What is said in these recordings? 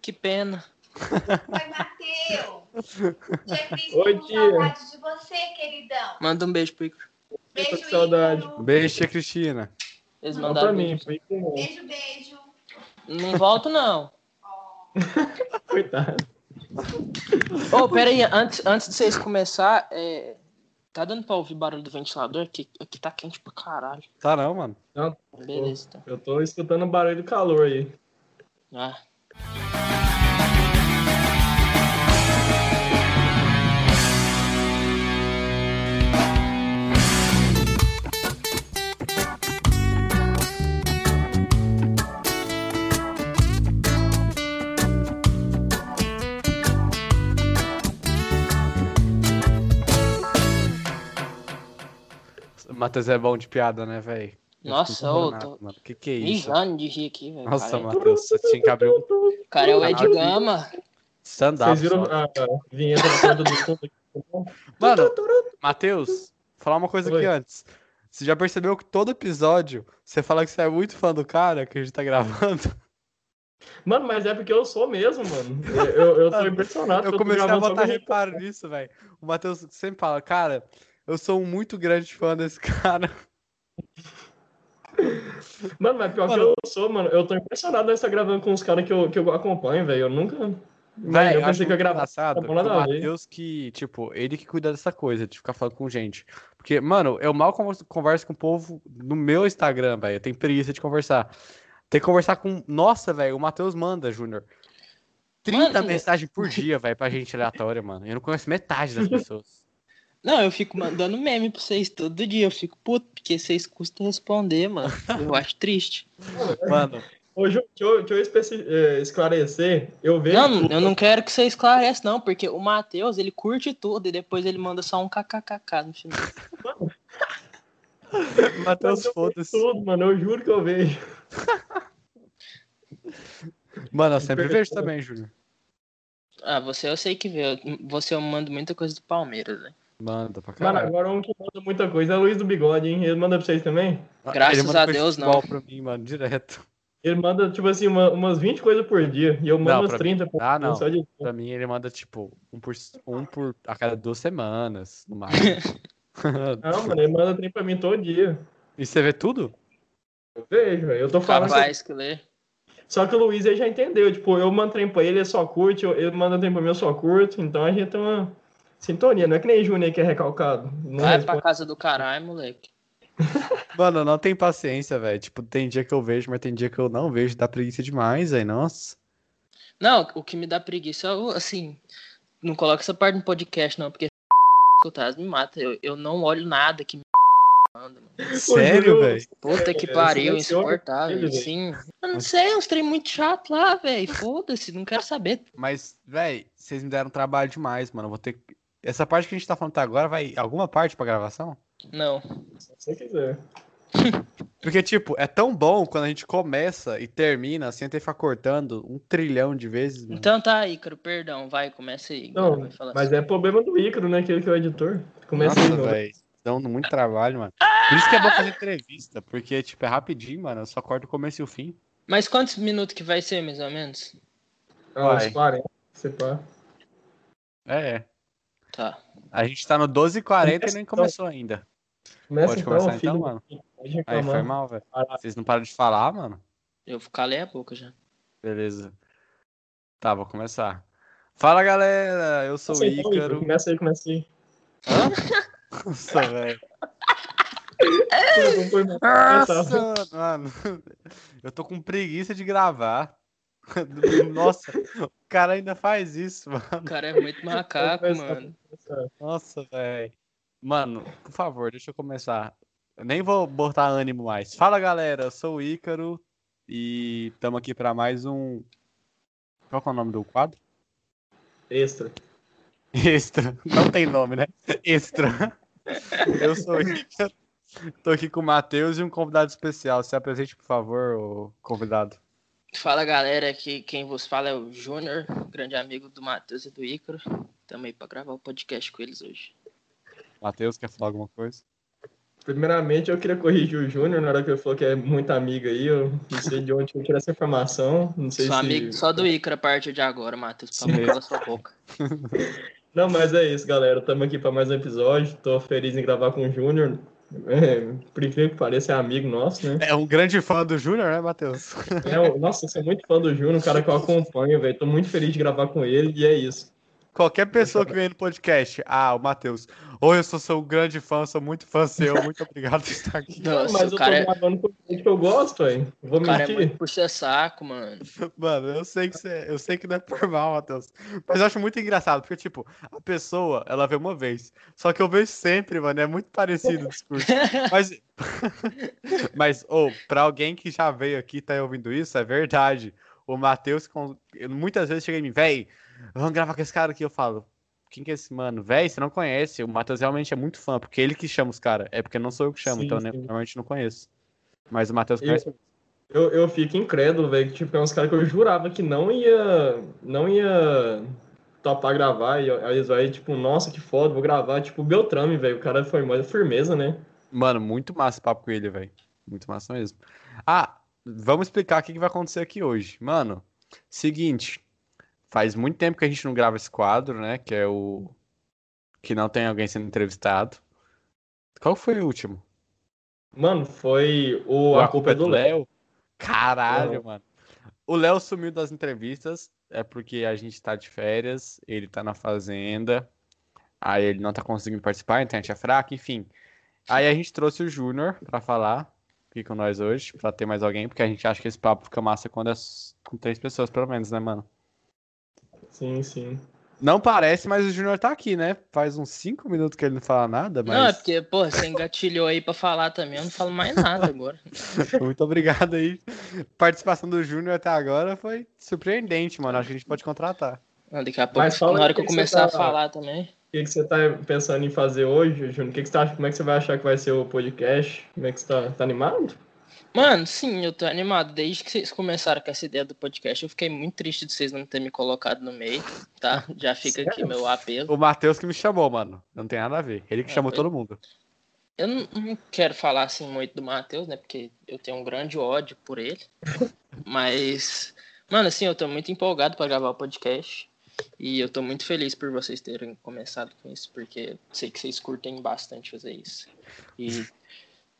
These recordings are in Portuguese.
que pena. Oi, Matheus. Tinha que ter Oi, com tia. saudade de você, queridão. Manda um beijo pro Igor. tô com Beijo, saudade. Ícaro. Beijo, tia Cristina. Eles Não mandaram pra mim, é um beijo. foi pro mundo. Beijo, beijo. Não volto, não. Coitado. Ô, pera aí, antes, antes de vocês começar, é, tá dando pra ouvir barulho do ventilador? Aqui, aqui tá quente pra caralho. Tá não, mano. Beleza, então. Eu tô escutando o barulho do calor aí. Ah. Matheus é bom de piada, né, velho? Nossa, ô, tô mano. Que que é isso? mijando de rir aqui, velho. Nossa, cara, é- Matheus, você tinha que abrir um O cara é o Ed Caralho. Gama. stand-up. Vocês viram só. a vinheta do canto do fundo aqui? Mano, Matheus, falar uma coisa aqui Oi. antes. Você já percebeu que todo episódio você fala que você é muito fã do cara que a gente tá gravando? Mano, mas é porque eu sou mesmo, mano. Eu, eu tô impressionado. que Eu Ah, tô comecei a gravando só botar minha- reparo nisso, velho. O Matheus sempre fala, cara, eu sou um muito grande fã desse cara. Mano, mas pior Mano. que eu sou, mano. Eu tô impressionado de estar gravando com os caras que eu, que eu acompanho, velho. Eu nunca. Véi, eu eu pensei acho que eu muito gravava, engraçado não que tava o nada a ver. Matheus que, tipo, ele que cuida dessa coisa, de ficar falando com gente. Porque, mano, eu mal converso, converso com o povo no meu Instagram, velho. Eu tenho preguiça de conversar. Tem que conversar com. Nossa, velho, o Matheus manda, Júnior. 30 Manda. mensagens por dia, velho, pra gente aleatória, mano. Eu não conheço metade das pessoas. Não, eu fico mandando meme pra vocês todo dia. Eu fico puto, porque vocês custam responder, mano. Eu acho triste. Mano, Ô, Ju, deixa eu, deixa eu especi- eh, esclarecer. Eu vejo. Não, eu não quero que você esclareça, não, porque o Matheus, ele curte tudo e depois ele manda só um kkkk no final. Matheus, Mas eu vejo foda-se. tudo, mano. Eu juro que eu vejo. Mano, eu sempre vejo pergunta. também, Júnior. Ah, você eu sei que vê. eu- Você eu mando muita coisa do Palmeiras, né? Manda pra Mano, caralho. agora um que manda muita coisa é o Luiz do Bigode, hein? Ele manda pra vocês também? graças Ah, Ele manda a coisa de Deus, não. futebol pra mim, mano, direto. Ele manda, tipo assim, uma- umas 20 coisas por dia. E eu mando Não, umas pra mim- 30 por Ah, dia, não. só de- Pra mim, ele manda, tipo, um por, um por a cada duas semanas, no máximo. Não, mano, ele manda trem pra mim todo dia. e você vê tudo? Eu vejo, velho. Eu tô falando. Capaz que lê. que- Só que o Luiz ele já entendeu. Tipo, eu mando trem pra ele, ele só curte. eu- Ele manda trem pra mim, eu só curto. Então a gente tem uma sintonia. Não é que nem Júnior aí que é recalcado. Não é, É? Vai responde. pra casa do caralho, moleque. Mano, eu não tem paciência, velho. Tipo, tem dia que eu vejo, mas tem dia que eu não vejo. Dá preguiça demais, aí, nossa. Não, o que me dá preguiça, eu, assim, não coloca essa parte no podcast, não, porque escutar me mata. Eu, eu não olho nada que me manda, mano. Sério, Júnior- velho? Puta que É, pariu, silencioso, insuportável, ele, velho. sim. Eu não sei, é uns trem muito chato lá, velho. Foda-se, não quero saber. Mas, velho, vocês me deram trabalho demais, mano. Eu Vou ter que- Essa parte que a gente tá falando até agora, vai alguma parte pra gravação? Não. Se você quiser. Porque, tipo, é tão bom quando a gente começa e termina, assim, até ficar cortando um trilhão de vezes, mano. Então tá, Ícaro, perdão, vai, começa aí. Não, vai falar mas assim. é problema do Ícaro, né? Aquele que é o editor. Começa aí, Nossa, mano. velho. Dão muito trabalho, mano. Por isso que é bom fazer entrevista, porque, tipo, é rapidinho, mano. Eu só corto o começo e o fim. Mas quantos minutos que vai ser, mais ou menos? Ah, Vai. uns 40, se pá. É, é. Tá. A gente tá no 12h40 e nem Então- começou ainda. Começa Pode então, começar filho. então, mano. Pode Aí, foi reclamar. mal, velho. Caralho. Vocês não param de falar, mano? Eu calei a boca já. Beleza. Tá, vou começar. Fala, galera! Eu sou o Começa aí, então, Ícaro. Ícaro. Começa aí, começa aí. Nossa, velho. Não foi mal. Começa. Nossa, mano. Eu tô com preguiça de gravar. Nossa, o cara ainda faz isso, mano. O cara é muito macaco, Vai começar. mano. Nossa, velho. Mano, por favor, deixa eu começar. Eu nem vou botar ânimo mais. Fala, galera, eu sou o Ícaro e estamos aqui para mais um. Qual que é o nome do quadro? Extra. Extra. Não tem nome, né? Extra. Eu sou o Ícaro. Tô aqui com o Matheus e um convidado especial. Se apresente, por favor, o convidado. Fala galera, aqui quem vos fala é o Júnior, grande amigo do Matheus e do Ícaro. Tamo aí pra gravar o podcast com eles hoje. Matheus, quer falar alguma coisa? Primeiramente, eu queria corrigir o Júnior na hora que ele falou que é muita amiga aí. Eu não sei de onde eu tirei essa informação. Não sei Sou se... é. amigo só do Icra a partir de agora, Matheus. Pra mim, cala sua boca. Não, mas é isso, galera. Estamos aqui para mais um episódio. Tô feliz em gravar com o Júnior. É, por incrível que pareça, é amigo nosso, né? É um grande fã do Júnior, né, Matheus? É, eu- nossa, eu sou muito fã do Júnior, um cara que eu acompanho, velho. Tô muito feliz de gravar com ele e é isso. Qualquer pessoa que vem no podcast, ah, o Matheus, ou eu sou seu grande fã, sou muito fã seu, muito obrigado por estar aqui. Nossa, mas o eu cara, é- tô gravando com gente que eu gosto, velho. Vou o cara é mentir. muito puxa saco, mano. Mano, eu sei que você, eu sei que não é por mal, Matheus, mas eu acho muito engraçado, porque, tipo, a pessoa, ela vê uma vez, só que eu vejo sempre, mano, é muito parecido o discurso. Mas, mas ô, pra alguém que já veio aqui e tá ouvindo isso, é verdade. O Matheus, com- muitas vezes chega em mim, véi, vamos gravar com esse cara aqui. Eu falo, quem que é esse mano? Véi, você não conhece. O Matheus realmente é muito fã, porque ele que chama os caras. É porque não sou eu que chamo, Sim, então né, sim. normalmente não conheço. Mas o Matheus Eu- conhece. Eu, eu fico incrédulo, velho, que tipo, é uns caras que eu jurava que não ia, não ia topar gravar, e aí eles vai, tipo, nossa, que foda, vou gravar, tipo, o Beltrame, velho, o cara foi mó firmeza, né? Mano, muito massa o papo com ele, velho. Muito massa mesmo. Ah, vamos explicar o que que vai acontecer aqui hoje. Mano, seguinte. Faz muito tempo que a gente não grava esse quadro, né? Que é o. Que não tem alguém sendo entrevistado. Qual foi o último? Mano, foi o A Culpa é do Léo. Caralho, Léo. mano. O Léo sumiu das entrevistas. É porque a gente tá de férias, ele tá na fazenda. Aí ele não tá conseguindo participar, a internet é fraca, enfim. Aí a gente trouxe o Júnior pra falar. Fica com nós hoje, pra ter mais alguém, porque a gente acha que esse papo fica massa quando é s- com três pessoas, pelo menos, né, mano? Sim, sim. Não parece, mas o Júnior tá aqui, né? Faz uns cinco minutos que ele não fala nada, Não, é mas. porque, pô, você engatilhou aí pra falar também, eu não falo mais nada agora. Muito obrigado aí. Participação do Júnior até agora foi surpreendente, mano. Acho que a gente pode contratar. Não, daqui a pouco, Mas fala na aí hora o que eu que que começar a você tá- falar também. O que, que você tá pensando em fazer hoje, Júnior? O que, que você acha, como é que você vai achar que vai ser o podcast? Como é que você tá, tá animado? Mano, sim, eu tô animado. Desde que vocês começaram com essa ideia do podcast, eu fiquei muito triste de vocês não terem me colocado no meio, tá? Já fica aqui meu apelo. O Matheus que me chamou, mano. Não tem nada a ver. Ele que É, Ah, chamou foi. todo mundo. Eu não, não quero falar assim muito do Matheus, né? Porque eu tenho um grande ódio por ele. Mas, mano, assim, eu tô muito empolgado pra gravar o podcast. E eu tô muito feliz por vocês terem começado com isso, porque sei que vocês curtem bastante fazer isso. E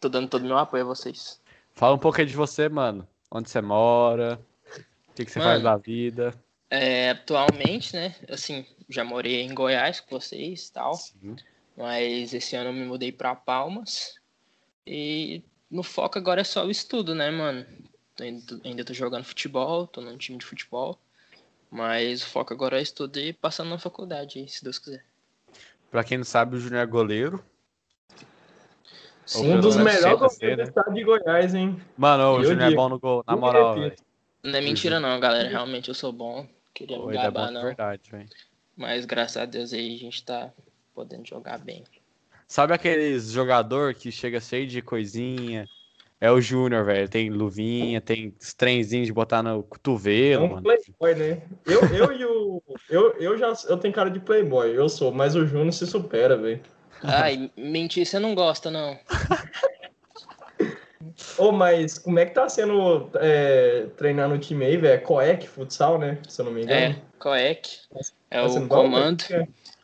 tô dando todo o meu apoio a vocês. Fala um pouco aí de você, mano. Onde você mora? O que, que você faz Mano. da vida? É, atualmente, né? Assim, já morei em Goiás com vocês e tal. Sim. Mas esse ano eu me mudei pra Palmas. E no foco agora é só o estudo, né, mano? Ainda- Ainda tô jogando futebol, tô num time de futebol. Mas o foco agora é estudo e passando na faculdade, aí, se Deus quiser. Pra quem não sabe, o Júnior é goleiro. Sim, Um dos é pelo melhores menos tenta goleiros ser, da né? cidade Tá de Goiás, hein? Mano, o Eu Júnior é digo. bom no gol. Na Eu moral, velho. repito. não é mentira não, galera. Realmente eu sou bom. Queria Pô, me Ele é bom gabar, de não. verdade, velho. Mas graças a Deus aí a gente tá podendo jogar bem. Sabe aqueles jogador que chega cheio de coisinha? É o Júnior, velho. Tem luvinha, tem os trenzinhos de botar no É cotovelo, um mano. playboy, né? Eu, eu e o. Eu, eu já eu tenho cara de playboy, eu sou, mas o Júnior se supera, velho. Ai, mentir você não gosta, não. Ô, mas como é que tá sendo é, treinar no time aí, velho? É Coec futsal, né? Se eu não me É, engano. COEC. É Tá o sendo bom, velho? comando.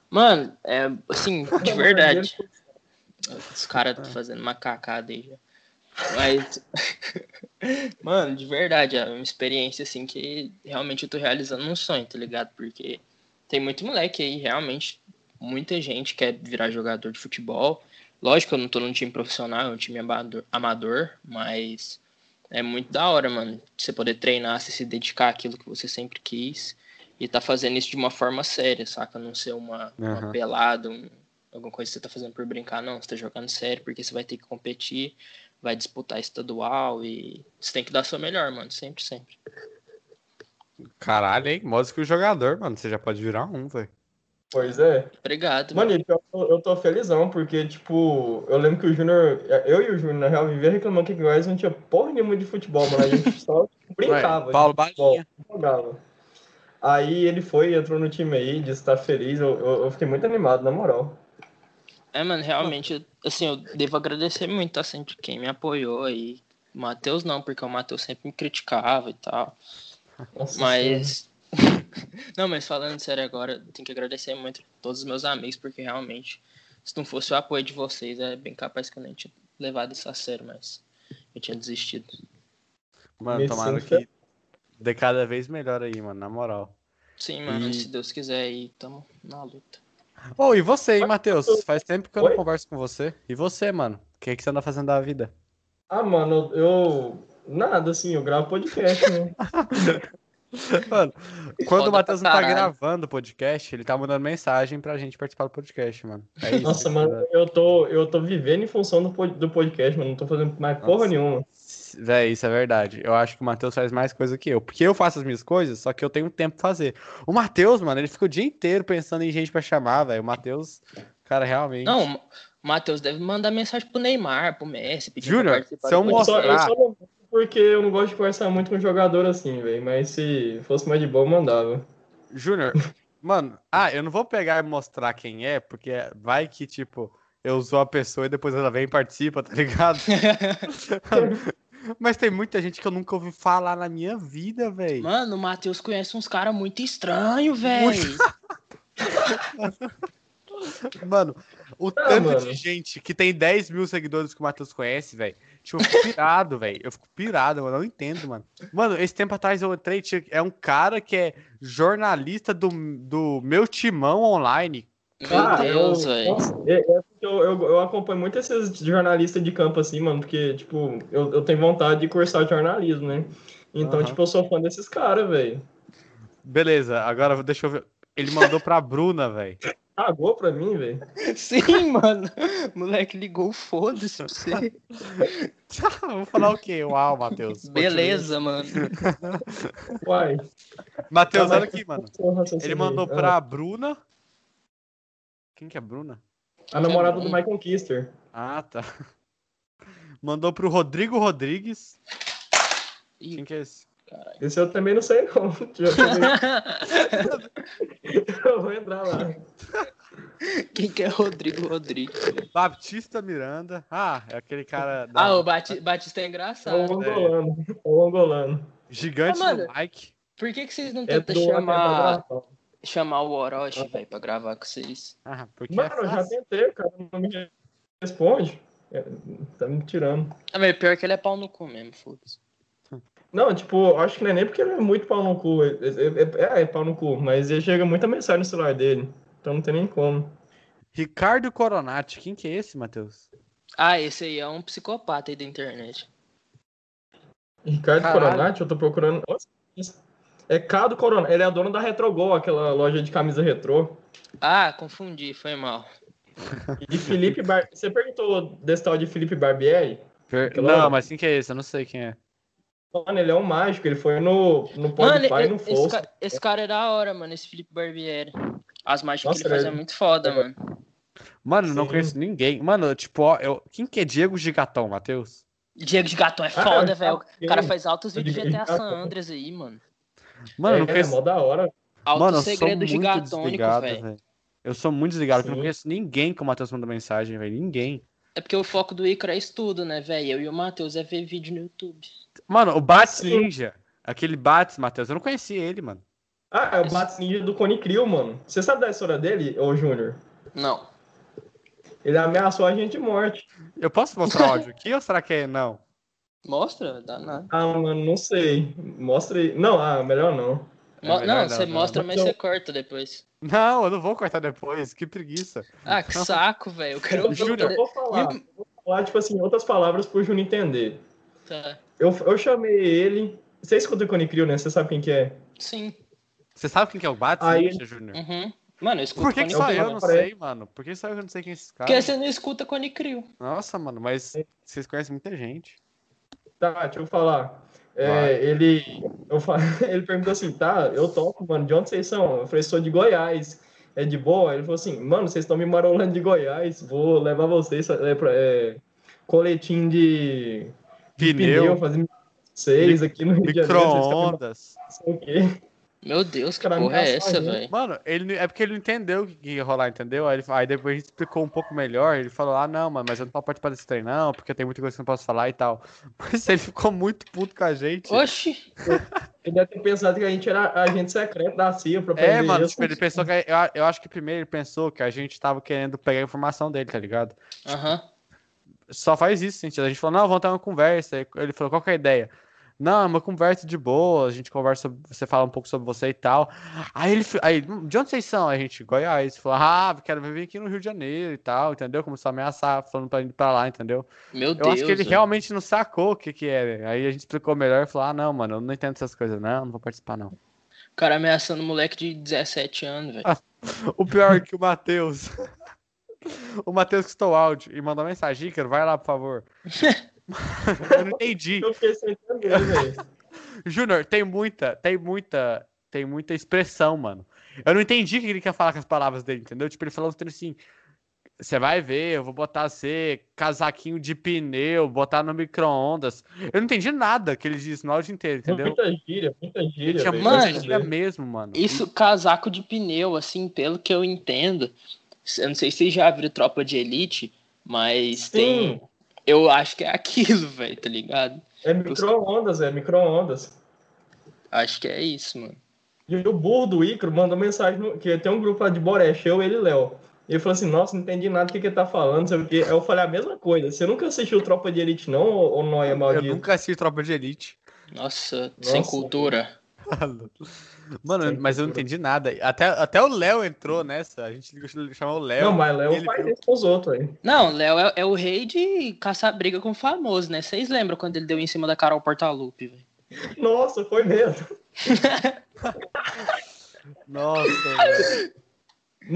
Mano, é assim, de verdade. Os caras tá fazendo macacada aí já. Mas. Mano, de verdade, é uma experiência assim que realmente eu tô realizando um sonho, tá ligado? Porque tem muito moleque aí, realmente, muita gente quer virar jogador de futebol. Lógico, eu não tô num time profissional, é um time amador, amador mas é muito da hora, mano. Você poder treinar, você se dedicar àquilo que você sempre quis e tá fazendo isso de uma forma séria, saca? Não ser uma, Aham. uma pelada, um- alguma coisa que você tá fazendo por brincar, não. Você tá jogando sério porque você vai ter que competir, vai disputar estadual e você tem que dar o seu melhor, mano, sempre, sempre. Caralho, hein? Mostra que o jogador, mano. Você já pode virar um, velho. Pois é. Obrigado. Mano, e pior que eu, eu tô felizão, porque, tipo, eu lembro que o Júnior, eu e o Júnior, na real, vivia reclamando que o Goiás não tinha porra nenhuma de futebol, mano. A gente só brincava. Ué, de Paulo futebol, Balinha. jogava. Aí ele foi, entrou no time aí, disse que tá feliz. Eu, eu, eu fiquei muito animado, na moral. É, mano, realmente, assim, eu devo agradecer muito, assim, de quem me apoiou aí. Matheus não, porque o Matheus sempre me criticava e tal. Nossa Senhora. Mas. não, mas falando sério agora, eu tenho que agradecer muito a todos os meus amigos, porque realmente, se não fosse o apoio de vocês, é bem capaz que eu nem tinha levado isso a sério, mas eu tinha desistido. Mano, Me tomara sinto- que dê cada vez melhor aí, mano, na moral. Sim, mano, E- se Deus quiser aí, tamo na luta. Ô, e você, hein, Matheus? Faz tempo que eu não Oi? converso com você. E você, mano? O que, é que você anda fazendo da vida? Ah, mano, eu. Nada, assim, eu gravo podcast, né? Mano, quando pra o Matheus não tá caralho. gravando o podcast, ele tá mandando mensagem pra gente participar do podcast, mano. É isso. Nossa, mano, eu tô, eu tô vivendo em função do, pod- do podcast, mano. Não tô fazendo mais Nossa. porra nenhuma. Véi, isso é verdade. Eu acho que o Matheus faz mais coisa que eu. Porque eu faço as minhas coisas, só que eu tenho tempo pra fazer. O Matheus, mano, ele fica o dia inteiro pensando em gente pra chamar, velho. O Matheus, cara, realmente. Não, o Matheus deve mandar mensagem pro Neymar, pro Messi, pedir Júnior, pra participar se eu do Eu podcast. só, eu só mostrar. não porque eu não gosto de conversar muito com jogador assim, velho. Mas se fosse mais de boa, eu mandava. Júnior, mano, ah, eu não vou pegar e mostrar quem é, porque vai que, tipo, eu sou a pessoa e depois ela vem e participa, tá ligado? Mas tem muita gente que eu nunca ouvi falar na minha vida, velho. Mano, o Matheus conhece uns caras muito estranhos, velho. Mano, o Ah, tanto mano. de gente que tem 10 mil seguidores que o Matheus conhece, velho. Tipo, eu fico pirado, velho. Eu fico pirado, mano. Eu não entendo, mano. Mano, esse tempo atrás eu entrei, tinha- é um cara que é jornalista do, do meu timão online. Meu Cara, Ah, eu- Deus, velho. nossa, é- é porque eu, eu, eu acompanho muito esses jornalistas de campo, assim, mano, porque, tipo, eu, eu tenho vontade de cursar jornalismo, né? Então, Aham. tipo, eu sou fã desses caras, velho. Beleza, agora deixa eu ver. Ele mandou pra Bruna, velho. Cagou pra mim, velho. Sim, mano. Moleque ligou, foda-se pra você. Tá, Vou falar o quê? Uau, Matheus. Beleza, mano. Uai. Matheus, Tá, olha mas- aqui, mano. seu raciocínio Ele aí. mandou Ah, pra Bruna. Quem que é a Bruna? Ah, A namorada do Michael Kister. Ah, tá. Mandou pro Rodrigo Rodrigues. Ih. Quem que é esse? Esse eu também não sei, não. Eu também- Eu vou entrar lá. Quem que é Rodrigo Rodrigues? Baptista Miranda. Ah, é aquele cara da Ah, o Bati- Batista é É o engraçado. angolano. É o angolano. gigante Ah, mano. do Mike. Por que, que vocês não É tentam do chamar, chamar o Orochi, velho, pra gravar com vocês? Ah, porque Mano, é eu já fácil. tentei, o cara não me responde. É, Tá me tirando. Ah, mas pior que ele é pau no cu mesmo, foda-se. Não, tipo, acho que não é nem porque ele é muito pau no cu. É, é, é, é pau no cu, mas ele chega muita mensagem no celular dele. Então não tem nem como. Ricardo Coronati. Quem que é esse, Matheus? Ah, esse aí é um psicopata aí da internet. Ricardo Caralho. Coronati, eu tô procurando. Nossa, isso. É Cado Coronati. Ele é dono da Retrogol, aquela loja de camisa retrô. Ah, confundi, foi mal. E Felipe Bar... Você perguntou desse tal de Felipe Barbieri? Per- Claro. Não, mas quem que é esse? Eu não sei quem é. Mano, ele é um mágico. Ele foi no, no Mano, Podpah e no esse, Fosso. ca- esse cara é da hora, mano, esse Felipe Barbieri. As mágicas Nossa, que ele faz é velho. muito foda, mano. Mano, eu não Sim. conheço ninguém. Mano, tipo, ó, eu... quem que é Diego Gigatão, Matheus? Diego de Gatão é Ah, foda, eu velho. O sabia. cara faz altos vídeos de Diego de GTA Gatão. San Andreas aí, mano. Mano, eu não é, conheço. mó da hora. Alto Mano, eu sou segredo muito gigatônico, desligado, velho. velho. Eu sou muito desligado, porque eu não Sim. conheço ninguém que o Matheus mandou mensagem, velho. Ninguém. É porque o foco do Icra é estudo, né, velho? Eu e o Matheus é ver vídeo no YouTube. Mano, o Bates Sim. Ninja. Aquele Bates, Matheus. Eu não conheci ele, mano. Ah, é o Bats Ninja do Cone Crew, mano. Você sabe da história dele, ô Júnior? Não. Ele ameaçou a gente de morte. Eu posso mostrar o áudio aqui ou será que é não? Mostra? Dá nada. Ah, mano, não sei. Mostra aí. Não, ah, melhor não. É Mo- melhor não, você não. mostra, mas Não. você corta depois. Não, eu não vou cortar depois. Que preguiça. Ah, que saco, velho. Eu quero ouvir. Júnior. Eu vou falar. eu Vou falar, tipo assim, outras palavras pro Júnior entender. Tá. Eu, eu chamei ele. Você escuta o Cone Crew, né? Você sabe quem que é? Sim. Você sabe quem que é o Bates Aí- Ninja, Júnior? Uhum. Mano, eu escuto Por que, tá que Cone eu Crew, vou- só eu mano. não Peraí. sei, mano? Por que só eu que não sei quem é esse cara? Porque você não escuta Cone Crew. Nossa, mano, mas vocês conhecem muita gente. Tá, deixa eu falar. É, Vai. ele, eu fa- ele perguntou assim, tá, eu toco, mano, de onde vocês são? Eu falei, sou de Goiás. É de boa? Ele falou assim, mano, vocês estão me marolando de Goiás, vou levar vocês é, pra, é, coletim de Pneu, pneu, fazendo vocês aqui no Rio de Janeiro. vocês estão me micro-ondas. marolando, não sei o quê. Meu Deus, que Cara, porra é ameaçar essa, a gente. velho? Mano, ele, não- é porque ele não entendeu o que que ia rolar, entendeu? Aí, ele- aí depois a gente explicou um pouco melhor. Ele falou: Ah, não, mano, mas eu não posso participar desse trem, não, porque tem muita coisa que eu não posso falar e tal. Mas ele ficou muito puto com a gente. Oxi, Ele deve ter pensado que a gente era agente secreto da CIA pra É, fazer mano, Tá isso. tipo, ele pensou que. Eu, eu acho que primeiro ele pensou que a gente tava querendo pegar a informação dele, tá ligado? aham. Só faz isso, sentido. A gente falou, não, vamos ter uma conversa. Aí Ele falou, qual que é a ideia? Não, é uma conversa de boa, a gente conversa, sobre- você fala um pouco sobre você e tal. Aí ele, fi- aí, "Hum, de onde vocês são? Aí a gente, Goiás. Falou, ah, quero viver aqui no Rio de Janeiro e tal, entendeu? Começou a ameaçar, falando pra ir pra lá, entendeu? Meu Eu Deus. acho que ele velho. realmente não sacou o que que era. Aí a gente explicou melhor e falou, ah, não, mano, eu não entendo essas coisas, não, não vou participar, não. O cara ameaçando um moleque de 17 anos, velho. Ah. O pior é que o Matheus. O Matheus que estou áudio e mandou mensagem, Ícaro, vai lá, por favor. eu não entendi. Eu fiquei sem entender, velho. Júnior, tem muita, tem muita, tem muita expressão, mano. Eu não entendi o que ele quer falar com as palavras dele, entendeu? Tipo, ele falou um trem assim, você vai ver, eu vou botar você casaquinho de pneu, botar no micro-ondas. Eu não entendi nada que ele disse no áudio inteiro, entendeu? Muita gíria, muita gíria. Tinha velho. mano, muita gíria mesmo, mano. Isso, casaco de pneu, assim, pelo que eu entendo. Eu não sei se vocês já viram Tropa de Elite, mas Sim. tem. um- Eu acho que é aquilo, velho, tá ligado? É micro-ondas, é micro-ondas. Acho que é isso, mano. E o burro do Icaro mandou mensagem no- que tem um grupo lá de Boreste, eu, ele e Léo. E ele falou assim, nossa, não entendi nada do que, que ele tá falando, sabe o quê? Aí eu falei a mesma coisa. Você nunca assistiu Tropa de Elite, não, ô ô Noia Eu é Maldito? nunca assisti Tropa de Elite. Nossa, sem Nossa. cultura. Mano, Sem mas eu não cultura. entendi nada. Até, até o Léo entrou nessa. A gente ligou- chamou o Léo. Não, mas Léo Ele faz viu. isso com os outros aí. Não, Léo é, é o rei de caçar briga com o famoso, né? Vocês lembram quando ele deu em cima da Carol Portalupe, velho? Nossa, foi mesmo. Nossa, velho.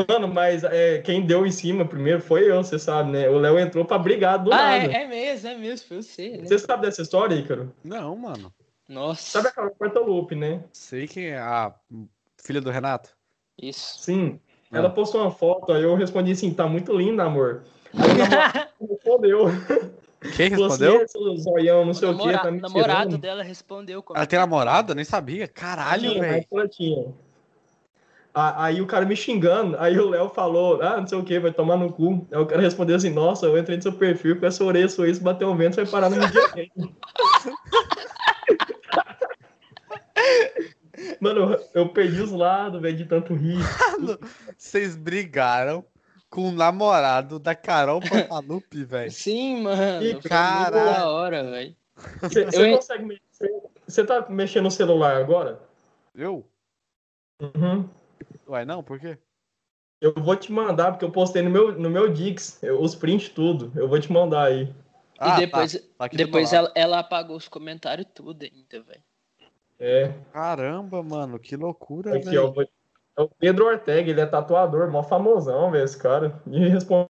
Mano, mas é, quem deu em cima primeiro foi eu, você sabe, né? O Léo entrou pra brigar do Ah, nada. é, é mesmo, é mesmo, foi você, né? Você sabe dessa história, Ícaro? Não, mano. Nossa, Sabe a Carol Portalupe, né? Sei que é a filha do Renato. isso. Sim. Ah. Ela postou uma foto, aí eu respondi assim, tá muito linda, amor. Aí o namorado respondeu. Quem Falou assim, respondeu? "É, seu zoião, não sei o quê, Namora- tá me namorado tirando." dela respondeu como. Ela tem namorada? Nem sabia. Caralho, Tinha, velho. mas ela tinha. A- Aí o cara me xingando, aí o Léo falou, ah, não sei o que, vai tomar no cu. Aí o cara respondeu assim, nossa, eu entrei no seu perfil com essa orelha sua, isso bateu um vento, você vai parar no meio gay. Mano, eu- eu perdi os lados, velho, de tanto rir. Vocês brigaram com o namorado da Carol Portalupe, velho. Sim, mano. Ih, foi muito caralho. da hora, velho. Você você Eu- consegue mexer? Você tá mexendo no celular agora? Eu? Uhum. Ué, não, por quê? Eu vou te mandar, porque eu postei no meu, no meu Dix, eu- os prints tudo. Eu vou te mandar aí. Ah, tá. e depois, Tá aqui do meu depois lado. ela, ela apagou os comentários tudo ainda, velho. É. Caramba, mano, que loucura, Aqui, ó, velho. vou- é o Pedro Ortega, ele é tatuador, mó famosão, velho, esse cara. E respondendo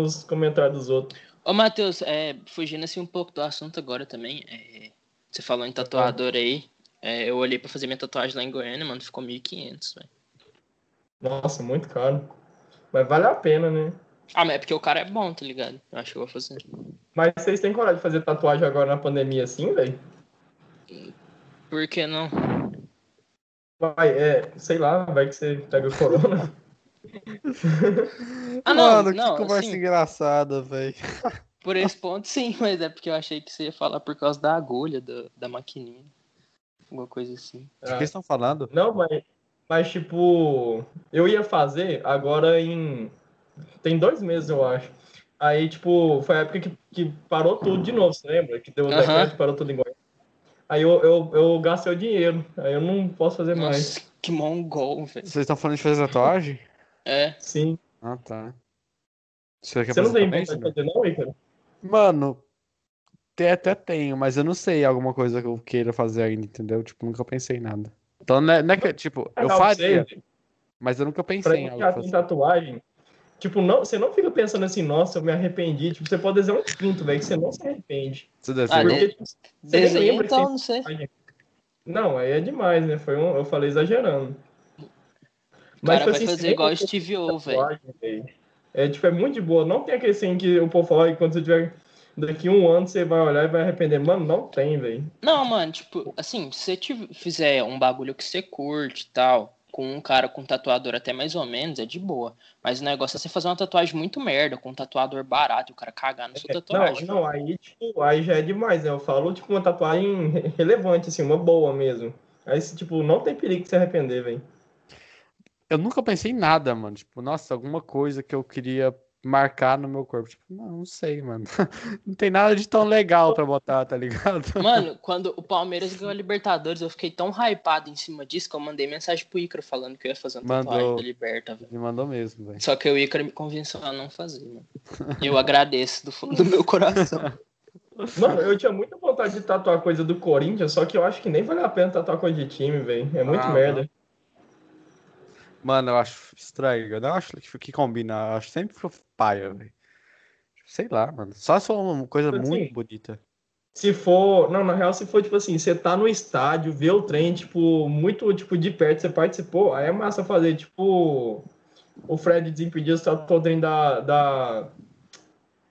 os comentários dos outros. Ô, Matheus, é, fugindo assim um pouco do assunto agora também. é, você falou em tatuador aí. é, eu olhei pra fazer minha tatuagem lá em Goiânia, mano. Ficou 1.500, velho. Nossa, muito caro. Mas vale a pena, né? Ah, mas é porque o cara é bom, tá ligado? Eu acho que eu vou fazer. Mas vocês têm coragem de fazer tatuagem agora na pandemia assim, velho? Por que não? Vai, é, sei lá, vai que você pega o corona. Ah, não, mano, que não, conversa assim, engraçada, velho. por esse ponto sim, mas é porque eu achei que você ia falar por causa da agulha, da, da maquininha. Alguma coisa assim. O que É. Ah, vocês estão falando? Não, mas, mas tipo, eu ia fazer agora em. Tem dois meses, eu acho. Aí, tipo, foi a época que, que parou tudo de novo, você lembra? Que deu o Aham. decreto, parou tudo em Goiânia. Aí eu, eu, eu gastei o dinheiro, aí eu não posso fazer mais. Nossa, que mongol, velho. Vocês estão falando de fazer tatuagem? É. Sim. Ah, tá. Você quer Você não fazer tem também, vontade de Júnior? fazer, não, Ícaro? né? Mano, te- até tenho, mas eu não sei alguma coisa que eu queira fazer ainda, entendeu? Tipo, nunca pensei em nada. Então, não é, não é que, tipo, eu Ah, não faria, sei, mas eu nunca pra assim, tá pensei em quem algo já tem fazer. tatuagem, tipo, não, você não fica pensando assim, nossa, eu me arrependi. Tipo, você pode desenhar um quinto, velho, que você não se arrepende. Você Ah, desenha? Porque, tipo, nem Desenha lembra que então, tem- não sei. Não, aí é demais, né? Foi um, eu falei exagerando. O cara tipo, vai assim, fazer sempre igual eu Steve O, faço velho. tatuagem, velho. É, tipo, é muito de boa. Não tem aquele assim que o povo fala que quando você tiver Daqui um ano você vai olhar e vai arrepender. Mano, não tem, velho. Não, mano, tipo, assim, se você tiv- fizer um bagulho que você curte e tal, com um cara com tatuador até mais ou menos, é de boa. Mas o negócio é você fazer uma tatuagem muito merda, com um tatuador barato, e o cara cagar na sua É, Não, tatuagem. não, aí, tipo, aí já é demais, né? Eu falo, tipo, uma tatuagem re- relevante, assim, uma boa mesmo. Aí, se, tipo, não tem perigo de se arrepender, velho. Eu nunca pensei em nada, mano. Tipo, nossa, alguma coisa que eu queria marcar no meu corpo. Tipo, não, não sei, mano. Não tem nada de tão legal pra botar, tá ligado? Mano, quando o Palmeiras ganhou a Libertadores, eu fiquei tão hypado em cima disso que eu mandei mensagem pro Ícaro falando que eu ia fazer uma tatuagem Mandou. da Liberta, velho. Ele mandou mesmo, velho. Só que o Ícaro me convenceu a não fazer, mano. Eu agradeço do fundo do meu coração. Mano, eu tinha muita vontade de tatuar coisa do Corinthians, só que eu acho que nem vale a pena tatuar coisa de time, velho. É muito Ah, merda. Mano, eu acho estranho. Eu não acho que, que combina. Eu acho sempre ficou paia, velho. Sei lá, mano. Só se for uma coisa Assim, muito bonita. Se for. Não, na real, se for, tipo assim, você tá no estádio, vê o trem, tipo, muito, tipo, de perto, você participou, aí é massa fazer, tipo. O Fred Desimpedidos tatuou o trem da. da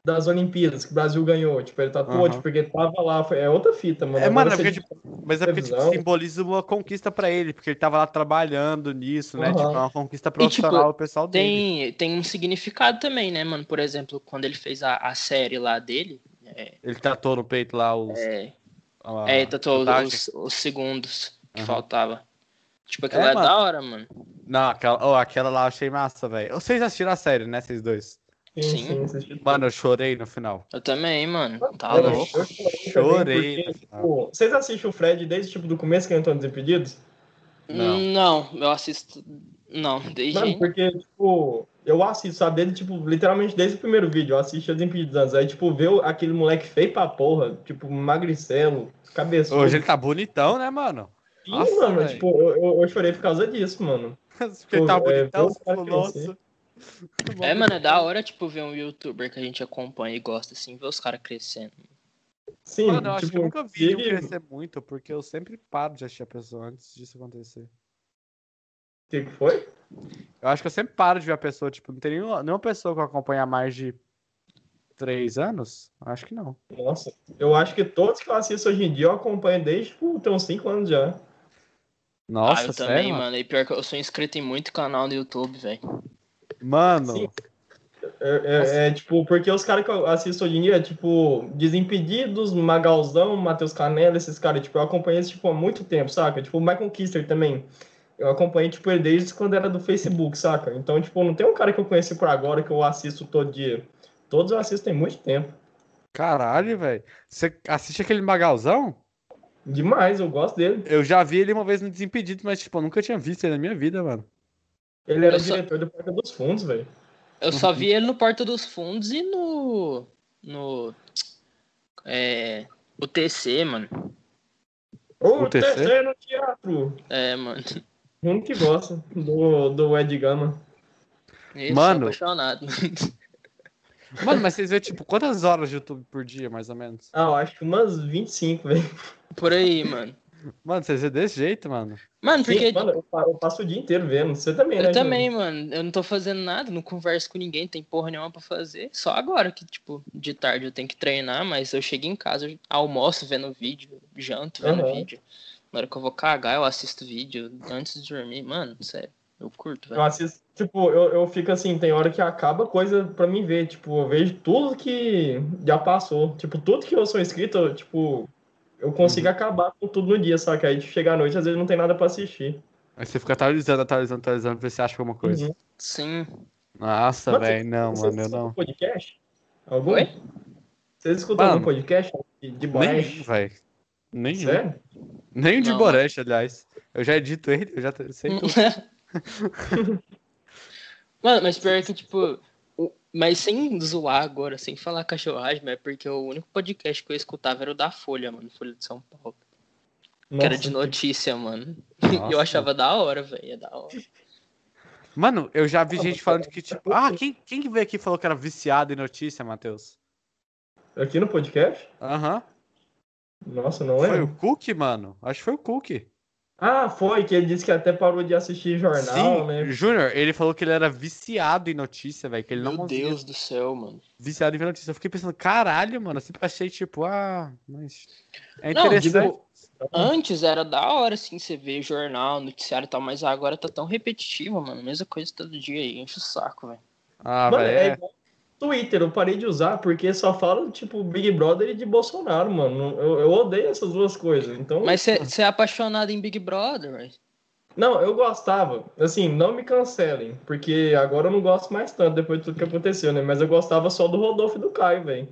das Olimpíadas que o Brasil ganhou, tipo, ele tatuou, Aham. tipo, porque tava lá, foi- é outra fita, mano. É, mano, Agora é você, porque, tipo, mas é porque tipo, televisão. simboliza uma conquista pra ele, porque ele tava lá trabalhando nisso, né? Aham. Tipo, é uma conquista profissional o pessoal dele. Tem, tem um significado também, né, mano? Por exemplo, quando ele fez a, a série lá dele, é, Ele tatuou no peito lá os. é, a- é tatuou tatuagem. os, os segundos que Ah, Aham. faltava. Tipo, É, aquilo é, mano. da hora, mano. Não, aquela, oh, aquela lá eu achei massa, velho. Vocês assistiram a série, né, vocês dois? sim, sim. sim, assisti tudo. Mano, eu chorei no final. Eu também, mano. Tá eu Mano, louco. eu também, Chorei porque, no final. tipo, vocês assistem o Fred desde tipo do começo que ele entrou nos Impedidos? Não. Não, eu assisto. Não, desde. Mano, porque, tipo, eu assisto, sabe, desde, tipo, literalmente desde o primeiro vídeo, eu assisti os Impedidos antes. Aí, tipo, ver o- aquele moleque feio pra porra, tipo, magricelo, cabeçudo. Hoje ele tá bonitão, né, mano? Ih, Nossa, mano, velho. tipo, eu, eu, eu chorei por causa disso, mano. Porque ele tá É, bonitão, vou você falou, crescer. nossa. É, mano, é da hora, tipo, ver um youtuber que a gente acompanha e gosta, assim, ver os caras crescendo. Sim, Mano, eu acho que tipo, eu nunca vi ele inclusive, crescer muito, porque eu sempre paro de assistir a pessoa antes disso acontecer. o que que foi? Eu acho que eu sempre paro de ver a pessoa, tipo, não tem nenhuma, nenhuma pessoa que eu acompanho há mais de três anos? Acho que não. Nossa, eu acho que todos que eu assisto hoje em dia eu acompanho desde, tipo, tem uns 5 anos já. Nossa, ah, eu sério, também, mano? mano. E pior que eu sou inscrito em muito canal do YouTube, velho. Mano, Sim. É, é, é, tipo, porque os caras que eu assisto hoje em dia, tipo, Desimpedidos, Magalzão, Matheus Canela, esses caras, tipo, eu acompanhei esse tipo há muito tempo, saca? Tipo, o Michael Kister também. Eu acompanhei, tipo, ele desde quando era do Facebook, saca? Então, tipo, não tem um cara que eu conheci por agora que eu assisto todo dia. Todos eu assisto tem muito tempo. caralho, velho. Você assiste aquele Magalzão? Demais, eu gosto dele. Eu já vi ele uma vez no Desimpedido, mas, tipo, eu nunca tinha visto ele na minha vida, mano. Ele era Eu só- diretor do Porta dos Fundos, velho. Eu só vi ele no Porta dos Fundos e no. No. É. O TC, mano. O TC? terceiro é teatro. É, mano. Um que gosta do, do Ed Gama. Eu Mano. sou apaixonado. Mano, mas vocês vê, tipo, quantas horas de YouTube por dia, mais ou menos? Ah, eu acho que umas 25, velho. Por aí, mano. Mano, vocês vê desse jeito, mano? Mano, porque tipo, Sim, mano, eu pa- eu passo o dia inteiro vendo. Você também, né? eu Júnior? também, mano, eu não tô fazendo nada, não converso com ninguém, tem porra nenhuma pra fazer. Só agora que, tipo, de tarde eu tenho que treinar, mas eu chego em casa, eu almoço vendo vídeo, janto vendo Aham. vídeo. Na hora que eu vou cagar, eu assisto vídeo antes de dormir. Mano, sério, eu curto, Eu velho. assisto, tipo, eu, eu fico assim, tem hora que acaba coisa pra mim ver, tipo, eu vejo tudo que já passou, tipo, tudo que eu sou inscrito, eu, tipo, eu Uhum. consigo acabar com tudo no dia, saca? Aí tipo, chega à noite, às vezes não tem nada pra assistir. Aí você fica atualizando, atualizando, atualizando, pra ver se acha alguma coisa. Uhum. Sim. Nossa, Mano, velho, não, Vocês mano, eu escutam não. podcast? Algum? Oi? Vocês escutam Mano. algum podcast de, de Nenhum, Borash? velho. Nenhum. Sério? Nem o de Não. Boresh, aliás. Eu já edito ele, eu já t- sei tudo. Hum. Mano, mas pior que, tipo, o- mas sem zoar agora, sem falar cachorragem, mas é porque o único podcast que eu escutava era o da Folha, mano, Folha de São Paulo. que era de Nossa, notícia, mano. E Nossa. eu achava da hora, velho, é da hora. Mano, eu já vi gente falando que, tipo, ah, quem, quem que veio aqui e falou que era viciado em notícia, Matheus? Aqui no podcast? Aham. Nossa, não Foi é? o Cook, mano? Acho que foi o Cook. Ah, foi, que ele disse que até parou de assistir jornal, Sim, né? Júnior, ele falou que ele era viciado em notícia, velho. Que ele não Meu conseguia- Deus do céu, mano. Viciado em ver notícia. Eu fiquei pensando, caralho, mano. Eu sempre achei, tipo, ah, mas. É Não, interessante. digo, Antes era da hora, assim, você vê jornal, noticiário e tal, mas agora tá tão repetitivo, mano. Mesma coisa todo dia aí, enche o saco, velho. Ah, mano, velho. é É... igual Twitter, eu parei de usar porque só fala, tipo, Big Brother e de Bolsonaro, mano. Eu, eu odeio essas duas coisas. Então, Mas você é apaixonado em Big Brother, velho. não, eu gostava. Assim, não me cancelem, porque agora eu não gosto mais tanto depois de tudo que aconteceu, né? Mas eu gostava só do Rodolfo e do Caio, velho.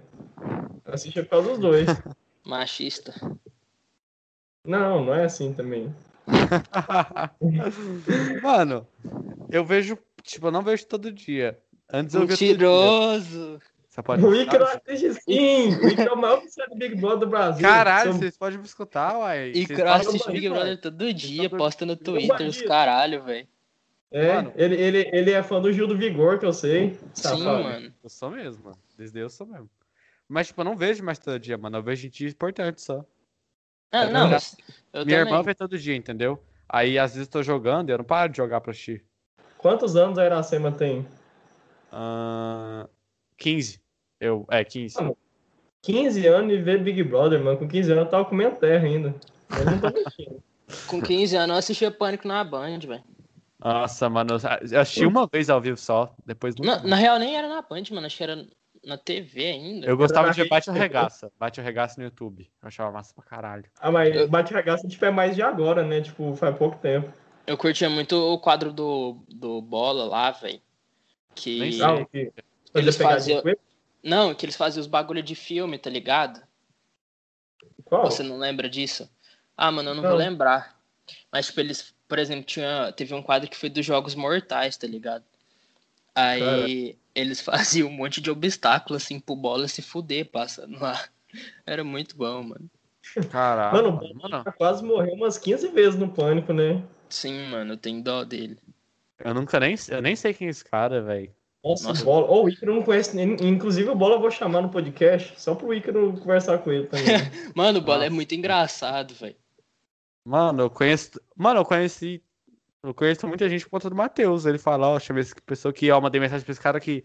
Assistia por causa dos dois. Machista. não, não é assim também. mano, eu vejo, tipo, eu não vejo todo dia. Antes eu vejo. todo dia. Mentiroso. Você pode. O Icaro assiste sim! O Icaro é o maior oficial do Big Brother do Brasil. Caralho, Sou- vocês podem me escutar, uai. E Vocês cara, falam assiste aí, Big mano. Brother todo dia, Vocês posta no doidos. Twitter, os Bandido. caralho, velho. É, Mano. ele, ele, ele é fã do Gil do Vigor, que eu sei. Sim, Safado. mano. Eu sou mesmo, mano. Desde eu sou mesmo. Mas, tipo, eu não vejo mais todo dia, mano. Eu vejo em dia importante só. Ah, É não, verdade. mas eu Minha também. irmã vê todo dia, entendeu? Aí, às vezes, eu tô jogando e eu não paro de jogar pra assistir. Quantos anos a Iracema tem? Ahn, 15. Eu, é, 15. Ah, 15 anos e vê Big Brother, mano. Com 15 anos eu tava comendo terra ainda. Eu não tô mentindo. Com 15 anos eu assistia Pânico na Band, velho. Nossa, mano. Eu assisti uma vez ao vivo só, depois nunca Na, mais. na real, nem era na Band, mano. Acho que era na TV ainda. Eu gostava Era de na Bate ou rede, Regaça. Bate ou Regaça no YouTube. Eu achava massa pra caralho. Ah, mas Eu- bate regaça tipo, é mais de agora, né? Tipo, faz pouco tempo. Eu curtia muito o quadro do, do Bola lá, velho. Nem Que. sei. Ah, o que? Fazer Eles pegadinha faziam- com ele? Não, que eles faziam os bagulho de filme, tá ligado? Qual? Você não lembra disso? Ah, mano, eu não, Não. vou lembrar. Mas, tipo, eles, por exemplo, tinha, teve um quadro que foi dos Jogos Mortais, tá ligado? Aí eles faziam um monte de obstáculo, assim, pro bola se fuder, passando lá. Era muito bom, mano. Caralho. Mano, Mano, mano, Ah, Quase morreu umas 15 vezes no pânico, né? Sim, mano, eu tenho dó dele. eu nunca nem, eu nem sei quem é esse cara, velho. Nossa, Nossa. bola. Ô, o Ícaro não conhece. nem- Inclusive, o Bola eu vou chamar no podcast só pro Ícaro conversar com ele também. Mano, o bola é Nossa. muito engraçado, velho. Mano, eu conheço. Mano, eu conheci. Eu conheço muita gente por conta do Matheus. Ele fala, ó, chamei essa pessoa aqui, ó, mandei mensagem pra esse cara aqui.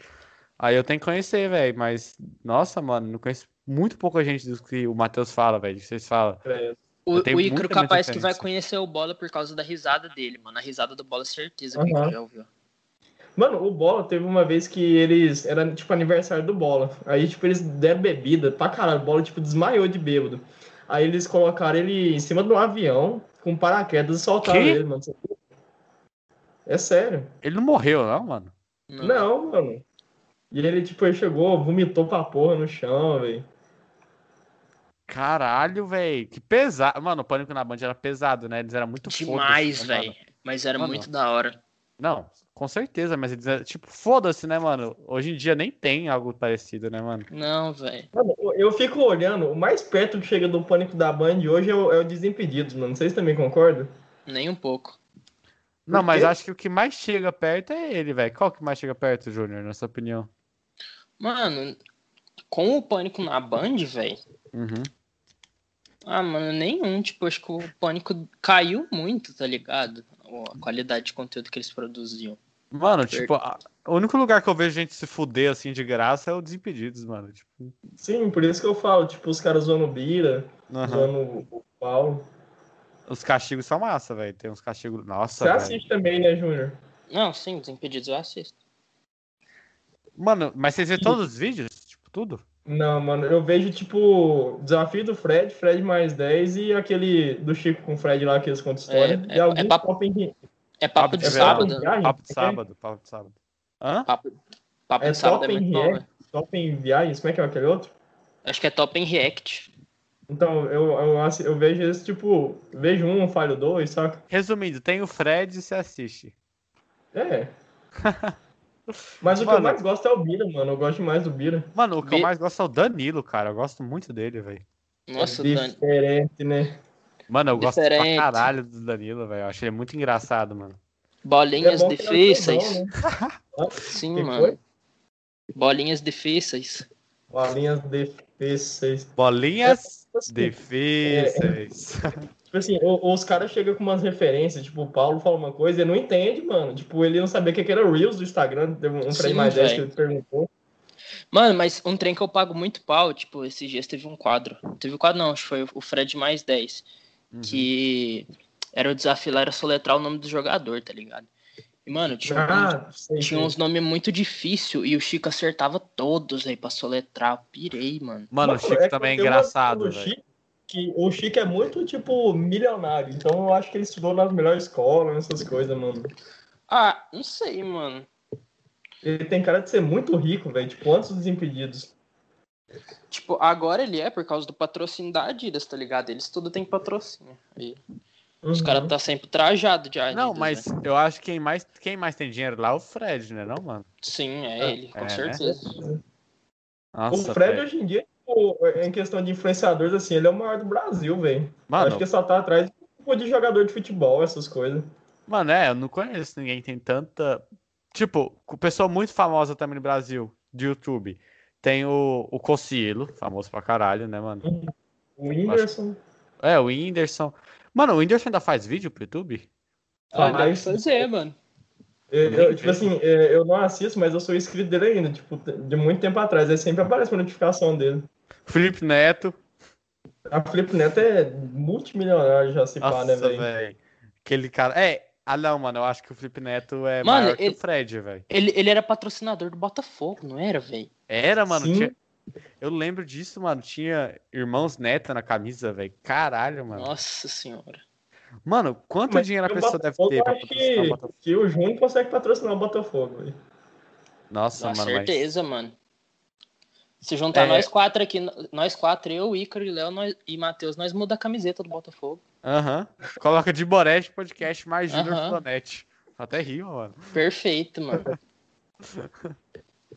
Aí eu tenho que conhecer, velho. Mas, nossa, mano, não conheço muito pouca gente do que o Matheus fala, velho. que Vocês falam. É, O, Eu tenho o Ícaro muita capaz que diferença. vai conhecer o bola por causa da risada dele, mano. A risada do bola, é certeza que Aham. ele já ouviu. Mano, o Bola teve uma vez que eles. Era tipo aniversário do Bola. Aí, tipo, eles deram bebida pra caralho. O Bola, tipo, desmaiou de bêbado. Aí eles colocaram ele em cima de um avião com paraquedas e soltaram Quê? ele, mano. É sério. Ele não morreu, não, mano? Não. Não, mano. E ele, tipo, ele chegou, vomitou pra porra no chão, velho. Caralho, velho. Que pesado. Mano, o Pânico na Band era pesado, né? Eles eram muito foda-se, Demais, né, mano? velho. Mas era Mano. muito da hora. Não, com certeza, mas eles eram, tipo, foda-se, né, mano? Hoje em dia nem tem algo parecido, né, mano? Não, velho. Mano, eu fico olhando, o mais perto que chega do pânico da Band hoje é o, é o Desimpedidos, mano. Vocês também concordam? Nem um pouco. Não, Por mas quê? acho que o que mais chega perto é ele, velho. Qual que mais chega perto, Júnior, na sua opinião? Mano, com o pânico na Band, velho. Uhum. Ah, mano, nenhum. Tipo, acho que o pânico caiu muito, tá ligado? Ó, A qualidade de conteúdo que eles produziam. Mano, tipo, a- o único lugar que eu vejo gente se fuder assim de graça é o Desimpedidos, mano. Tipo, Sim, por isso que eu falo, tipo, os caras zoando o Bira, aham. zoando o Paulo. os castigos são massa, velho. Tem uns castigos. Nossa, Você velho. assiste também, né, Júnior? Não, sim, Desimpedidos eu assisto. Mano, mas vocês vê todos os vídeos? Tipo, tudo? Não, mano, eu vejo tipo desafio do Fred, Fred mais 10 e aquele do Chico com o Fred lá que eles contam história. É, e é- alguns é papo- papo em- É Papo Papo de de Sábado? verão. Ah, Papo de gente, sábado, papo de sábado. Hã? Papo, papo É de Sábado Top é muito em bom, React. velho. Top em viagens, como é que é aquele outro? Acho que é Top em React. Então, eu, eu, assi- eu vejo esse tipo, vejo um, falho dois, saca? Resumindo, tem o Fred e você assiste. É. Mas o que eu Mano. mais gosto é o Bira, mano. Eu gosto mais do Bira. Mano, o que eu Vi- mais gosto é o Danilo, cara. Eu gosto muito dele, velho. Nossa, é Dani. diferente, né? Mano, eu gosto Diferente. pra caralho do Danilo, velho. Eu achei ele muito engraçado, mano. Ele é Bolinhas bom que ele é um difíceis. cuzão, né? Sim, Que mano. foi? Bolinhas difíceis. Bolinhas difíceis. Bolinhas Assim, difíceis. Tipo assim, ou, ou os caras chegam com umas referências, tipo, o Paulo fala uma coisa e não entende, mano. Tipo, ele não sabia o que que era Reels do Instagram, teve um Sim, trem mais 10 que velho. ele perguntou. Mano, mas um trem que eu pago muito pau, tipo, esses dias teve um quadro. Teve um quadro, não, acho que foi o Fred mais 10. Uhum. Que era o desafio lá, era soletrar o nome do jogador, tá ligado? E, mano, tinha, um- uns- Ah, sei, tinha sei. uns nomes muito difíceis e o Chico acertava todos aí pra soletrar. Eu pirei, mano. Mano, o Mano, Chico é que também é tem uma coisa engraçado, do velho. Chico Que o Chico é muito, tipo, milionário. Então eu acho que ele estudou nas melhores escolas, nessas coisas, mano. Ah, não sei, mano. Ele tem cara de ser muito rico, velho. Tipo, antes dos impedidos. Tipo, agora ele é por causa do patrocínio da Adidas, tá ligado? Eles tudo tem patrocínio. Aí, Uhum. Os caras tá sempre trajado de Adidas. Não, mas né? eu acho que quem mais, quem mais tem dinheiro lá é o Fred, né, não, mano? Sim, É, é ele, com né? certeza. tá- Nossa, o Fred velho. hoje em dia, tipo, em questão de influenciadores, assim, ele é o maior do Brasil, velho. Mano, Acho que só tá atrás tipo, de jogador de futebol, essas coisas. mano, é, eu não conheço ninguém que tem tanta... Tipo, co- pessoa muito famosa também no Brasil, de YouTube. Tem o, o Cocilo, famoso pra caralho, né, mano? O Whindersson. É, o Whindersson. Mano, o Whindersson ainda faz vídeo pro YouTube? Ah, deve mas- fazer, mano. Eu- eu, tipo Whindersson. assim, é, eu não assisto, mas eu sou inscrito dele ainda, tipo, de muito tempo atrás. Aí sempre aparece uma notificação dele. Felipe Neto. A Felipe Neto é multimilionário já se pá, Nossa, né, velho? velho. Aquele cara... É, ah não, mano, eu acho que o Felipe Neto é Mano, maior que ele- o Fred, velho. Ele, ele era patrocinador do Botafogo, não era, velho? Era, mano. Sim. tinha- Eu lembro disso, mano. Tinha irmãos neta na camisa, velho. Caralho, mano. Nossa senhora. Mano, quanto Mas dinheiro a o pessoa deve Botafogo, ter pra eu acho patrocinar o que- Botafogo? Que o Júnior consegue patrocinar o Botafogo, velho. Nossa, Com mano. mas- certeza, mano. Se juntar É. nós quatro aqui, no- nós quatro, eu, Ícaro e Léo nós- e Matheus, nós muda a camiseta do Botafogo. Aham. Coloca de Boreste podcast mais Junior Aham. Planete. Até rima, mano. Perfeito, mano.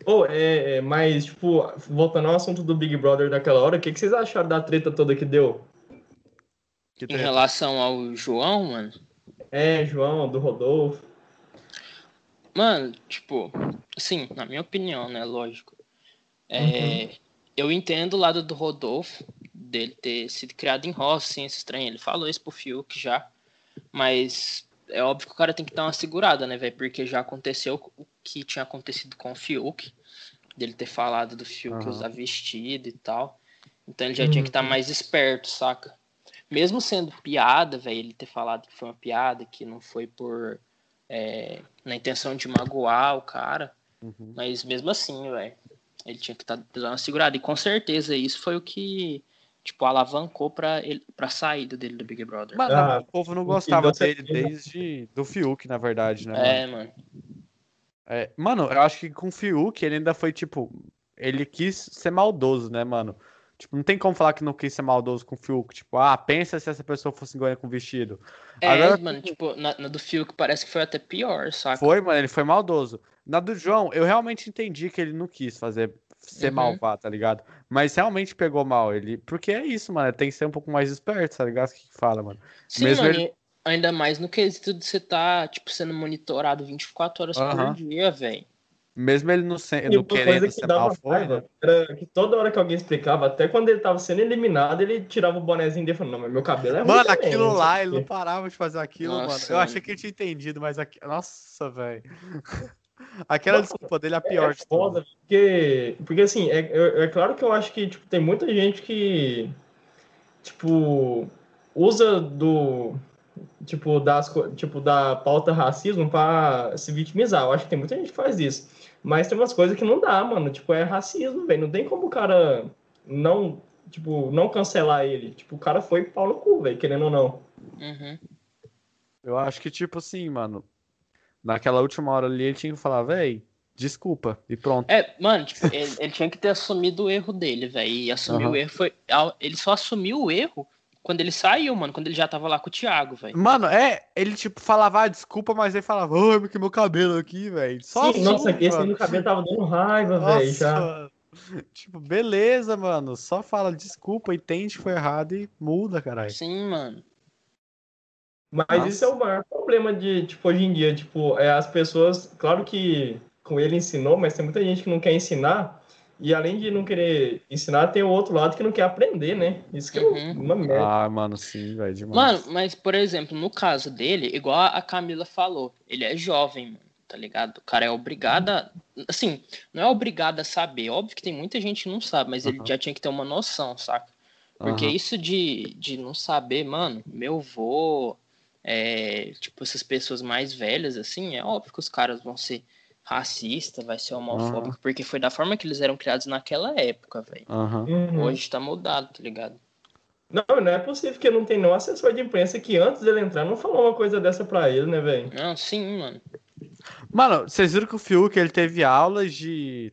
Ô, é, é, mas, tipo, voltando ao assunto do Big Brother daquela hora, o que, que vocês acharam da treta toda que deu? Que Em tem- relação ao João, mano. É, João, do Rodolfo. Mano, tipo, assim, na minha opinião, né? Lógico. É, Eu entendo o lado do Rodolfo, dele ter sido criado em roça, assim, esse trem. Ele falou isso pro Fiuk já. Mas é óbvio que o cara tem que dar uma segurada, né, velho? Porque já aconteceu o que tinha acontecido com o Fiuk, dele ter falado do Fiuk Aham. usar vestido e tal. Então ele já Uhum. tinha que estar mais esperto, saca? Mesmo sendo piada, velho, ele ter falado que foi uma piada, que não foi por. é, na intenção de magoar o cara. Uhum. Mas mesmo assim, velho, ele tinha que estar dando uma segurada. E com certeza isso foi o que, tipo, alavancou pra, ele, pra saída dele do Big Brother. Mano, Ah, o povo não o que deu gostava dele certeza. desde do Fiuk, na verdade, né, mano? é, mano. É, mano, eu acho que com o Fiuk ele ainda foi tipo. Ele quis ser maldoso, né, mano? Tipo, não tem como falar que não quis ser maldoso com o Fiuk. Tipo, ah, pensa se essa pessoa fosse engolir com vestido. É, Agora- mano, tipo, na, na do Fiuk parece que foi até pior, saca? Foi, mano, ele foi maldoso. Na do João, eu realmente entendi que ele não quis fazer ser Uhum. malvado, tá ligado? Mas realmente pegou mal ele. Porque é isso, mano. Tem que ser um pouco mais esperto, tá ligado? O que que fala, mano? Sim, mesmo mano, ele- e ainda mais no quesito de você tá, tipo, sendo monitorado 24 horas Aham. por dia, velho. Mesmo ele não, se... E não uma coisa querendo que ser dava mal, foi, né? raiva era que toda hora que alguém explicava, até quando ele tava sendo eliminado, ele tirava o bonezinho dele e falava, não, mas meu cabelo é ruim Mano, também, aquilo não lá, é sei o ele não quê." parava de fazer aquilo, Nossa, mano. Eu mano. achei que ele tinha entendido, mas aqui... Nossa, velho. Aquela Mano, desculpa dele é a É pior de todas. foda, porque, porque assim, é, é- é claro que eu acho que tipo, tem muita gente que, tipo, usa do, tipo, das, co- tipo, da pauta racismo pra se vitimizar. Eu acho que tem muita gente que faz isso. Mas tem umas coisas que não dá, mano. Tipo, é racismo, velho. Não tem como o cara não, tipo, não cancelar ele. Tipo, o cara foi pau no cu, velho, querendo ou não. Uhum. Eu acho que, tipo assim, mano, naquela última hora ali ele tinha que falar, véi, desculpa, e pronto. É, mano, tipo, ele, ele tinha que ter assumido o erro dele, velho. E assumir Aham. o erro foi. ao- Ele só assumiu o erro quando ele saiu, mano. Quando ele já tava lá com o Thiago, velho. Mano, é, ele tipo falava ah, desculpa, mas ele falava, ai, porque meu cabelo aqui, velho. Só Sim, assume, nossa, esse aí mano. no cabelo tava dando raiva, velho, já. Nossa. Tipo, beleza, mano. Só fala desculpa, entende que foi errado e muda, caralho. Sim, mano. Mas Nossa. isso é o maior problema de, tipo, hoje em dia, tipo, é as pessoas, claro que com ele ensinou, mas tem muita gente que não quer ensinar E além de não querer ensinar, tem o outro lado que não quer aprender, né? Isso que é Uhum. uma merda. Ah, mano, sim, velho, demais. Mano, mas por exemplo, no caso dele, igual a Camila falou, ele é jovem, mano, tá ligado? O cara é obrigado a. Assim, não é obrigado a saber. Óbvio que tem muita gente que não sabe, mas ele Aham. já tinha que ter uma noção, saca? Porque Aham. isso de, de não saber, mano, meu vô, é, tipo, essas pessoas mais velhas, assim, é óbvio que os caras vão ser racistas, vai ser homofóbico, porque foi da forma que eles eram criados naquela época, velho. Aham. Uhum. Hoje tá mudado, tá ligado? Não, não é possível que não tem não assessor de imprensa que antes dele entrar não falou uma coisa dessa pra ele, né, velho? Não, sim, mano. Mano, vocês viram que o Fiuk ele teve aulas de.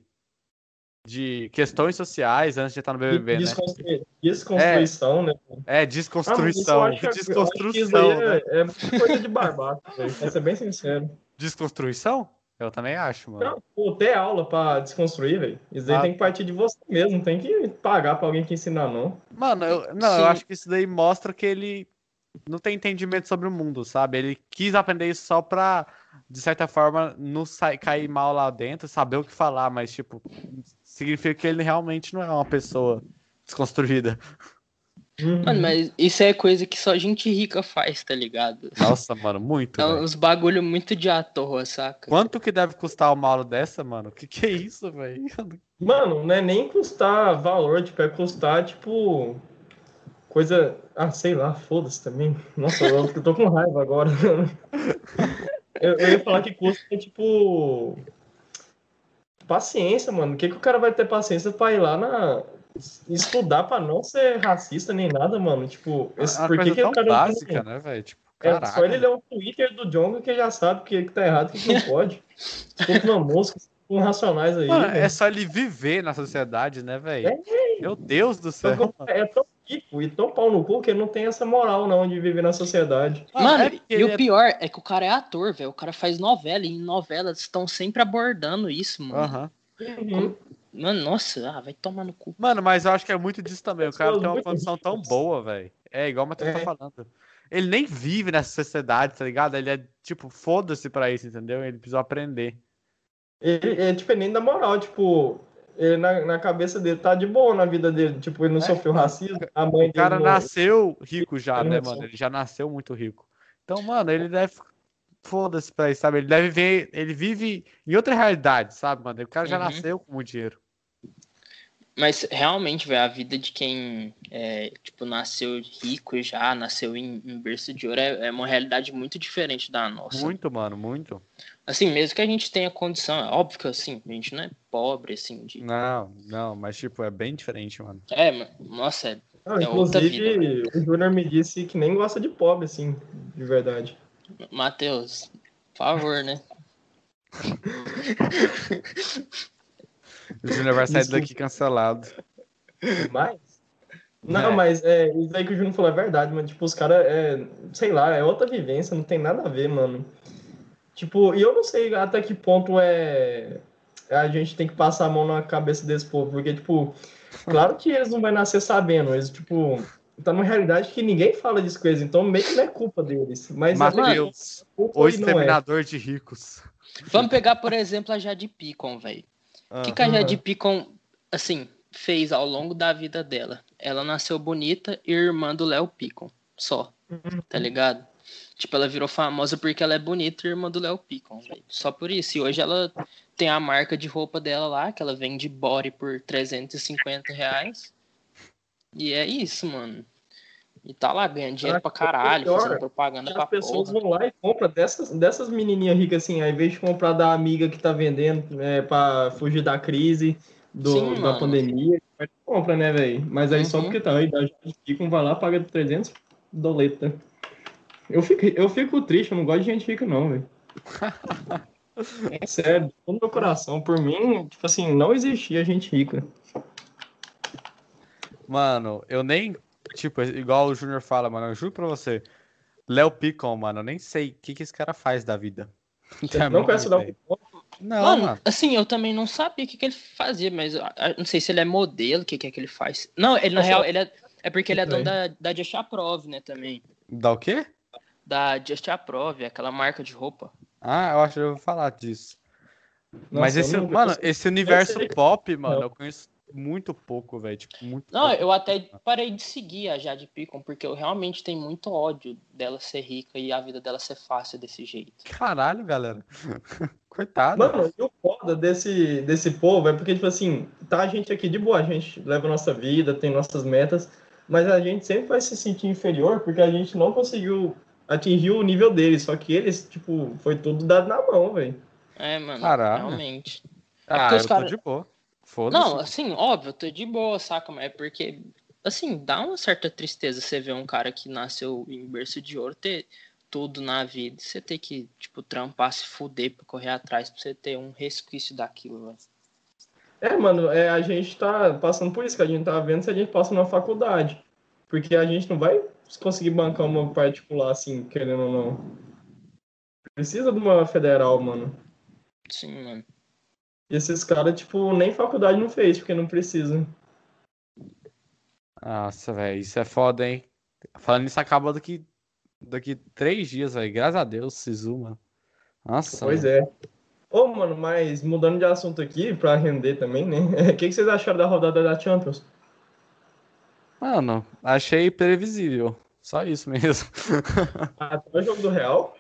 de questões sociais antes de estar no BBB, né? Desconstru- Desconstrução, né? É, Ah, mas isso eu desconstrução. acho que- eu acho que isso desconstrução. aí né? é, é muita coisa de barbato, velho. Pra ser bem sincero. Desconstruição? Eu também acho, mano. Não, pô, ter aula pra desconstruir, velho. Isso aí Ah. tem que partir de você mesmo. Não tem que pagar pra alguém que ensinar, não. Mano, eu, não, eu Sim. acho que isso daí mostra que ele não tem entendimento sobre o mundo, sabe? Ele quis aprender isso só pra, de certa forma, não sai, cair mal lá dentro, saber o que falar, mas, tipo, significa que ele realmente não é uma pessoa desconstruída. Uhum. Mano, mas isso é coisa que só gente rica faz, tá ligado? Nossa, mano, muito. É velho. uns bagulho muito de ator, saca? Quanto que deve custar uma aula dessa, mano? Que que é isso, velho? Mano, não é nem custar valor, tipo, é custar, tipo, coisa. Ah, sei lá, foda-se também. Nossa, eu eu tô com raiva agora. Eu, eu ia falar que custa, tipo. Paciência, mano. O que, que o cara vai ter paciência pra ir lá na. Estudar pra não ser racista nem nada, mano. Tipo, esse... É uma por que, coisa que o tão cara. não- básica, né, velho? Tipo, É, caraca. só ele ler o Twitter do Jonga que já sabe o que, que tá errado e o que, que não pode. Tô com uma mosca, com racionais aí. Mano, velho. é só ele viver na sociedade, né, velho? né? É. Meu Deus do Só céu. que o cara é tão rico e tão pau no cu que ele não tem essa moral não de viver na sociedade. Mano, é porque e ele o pior é que o cara é ator, velho. O cara faz novela e em novelas estão sempre abordando isso, mano. Aham. Uhum. Mano, nossa, ah, vai tomar no cu. Mano, mas eu acho que é muito disso também. O cara Pessoas tem uma muito condição tão ricas. boa, velho. É igual o Matheus tá É. falando. Ele nem vive nessa sociedade, tá ligado? Ele é tipo, foda-se pra isso, entendeu? Ele precisou aprender. Ele é dependente da moral, tipo, ele na, na cabeça dele tá de boa na vida dele, tipo, ele não É. sofreu racismo, a mãe O cara dele não- nasceu rico já, né, Nossa. mano? Ele já nasceu muito rico. Então, mano, ele deve. Foda-se pra isso, sabe? Ele deve ver. Ele vive em outra realidade, sabe, mano? O cara já Uhum. nasceu com muito dinheiro. Mas realmente, velho, a vida de quem, é, tipo, nasceu rico já, nasceu em, em berço de ouro, é, é uma realidade muito diferente da nossa. Muito, mano, muito. Assim, mesmo que a gente tenha condição, é óbvio que, assim, a gente não é pobre, assim, de... Não, não, mas tipo, é bem diferente, mano. É, mano, nossa, é... Ah, é outra né? inclusive, o Júnior me disse que nem gosta de pobre, assim, de verdade. Matheus, por favor, né? O Júnior vai sair Desculpa. daqui cancelado. Mas. Não, É. mas é, isso aí que o Júnior falou é verdade, mano. Tipo, os caras, é, sei lá, é outra vivência, não tem nada a ver, mano. Tipo, e eu não sei até que ponto é. A gente tem que passar a mão na cabeça desse povo, porque, tipo, claro que eles não vão nascer sabendo, eles, tipo, tá numa realidade que ninguém fala disso com eles, então meio que não é culpa deles. Mas até que Matheus, culpa o e não é. exterminador de ricos. Vamos pegar, por exemplo, a Jade Picon, velho. Ah, O que, que a Aham. Jade Picon, assim, fez ao longo da vida dela? Ela nasceu bonita e irmã do Léo Picon, só, Uhum. tá ligado? Tipo, ela virou famosa porque ela é bonita e irmã do Léo Picon, velho. Só por isso. E hoje ela tem a marca de roupa dela lá, que ela vende body por 350 reais. E é isso, mano. E tá lá ganhando dinheiro pra caralho, fazendo propaganda As pra pessoas tá porra. vão lá e compram dessas, dessas menininhas ricas, assim, ao invés de comprar da amiga que tá vendendo é, pra fugir da crise, do, Sim, da mano. pandemia, compra, né, velho? Mas aí só Uhum. porque tá aí, dá ficam, vai lá, paga 300 doleta. Eu fico, eu fico triste, eu não gosto de gente rica, não, velho. É sério, todo meu coração. Por mim, tipo assim, não existia gente rica. Mano, eu nem. Tipo, igual o Júnior fala, mano, eu juro pra você. Léo Picon, mano, eu nem sei o que, que esse cara faz da vida. Eu não conheço o Léo Picon. Não, Mano, mano. assim, eu também não sabia o que, que ele fazia, mas eu- eu não sei se ele é modelo, o que, que é que ele faz. Não, ele na Nossa. real, ele é, é porque ele é dono Tudo da, da Just Aprove, né, também. Dá o quê? Da Just Aprove, aquela marca de roupa. Ah, eu acho que eu vou falar disso. Mas eu esse, não- mano, esse universo sei. pop, mano, Não. eu conheço muito pouco, velho. Tipo, muito Não, pouco. eu até parei de seguir a Jade Picon, porque eu realmente tenho muito ódio dela ser rica e a vida dela ser fácil desse jeito. Caralho, galera. Coitado. Mano, é e o foda desse, desse povo é porque, tipo assim, tá a gente aqui de boa, a gente leva a nossa vida, tem nossas metas, mas a gente sempre vai se sentir inferior porque a gente não conseguiu atingir o nível deles, só que eles, tipo, foi tudo dado na mão, velho. É, mano, Caralho. realmente. ah, porque os eu cara- tô de boa. Foda-se. Não, assim, óbvio, eu tô de boa, saca? Mas é porque, assim, dá uma certa tristeza você ver um cara que nasceu em berço de ouro ter tudo na vida. e Você ter que, tipo, trampar, se fuder pra correr atrás, pra você ter um resquício daquilo, velho. É, mano, é, a gente tá passando por isso que a gente tá vendo se a gente passa numa faculdade. Porque a gente não vai conseguir bancar uma particular, assim, querendo ou não. Precisa de uma federal, mano. Sim, mano. E esses caras, tipo, nem faculdade não fez, porque não precisa. Nossa, velho, isso é foda, hein? Falando isso, acaba daqui, daqui três dias, velho. Graças a Deus, Sisu, mano. Nossa. Pois é. Ô, mano, mas mudando de assunto aqui, pra render também, né? O que, que vocês acharam da rodada da Champions? Mano, achei previsível. Só isso mesmo. Até o jogo do Real?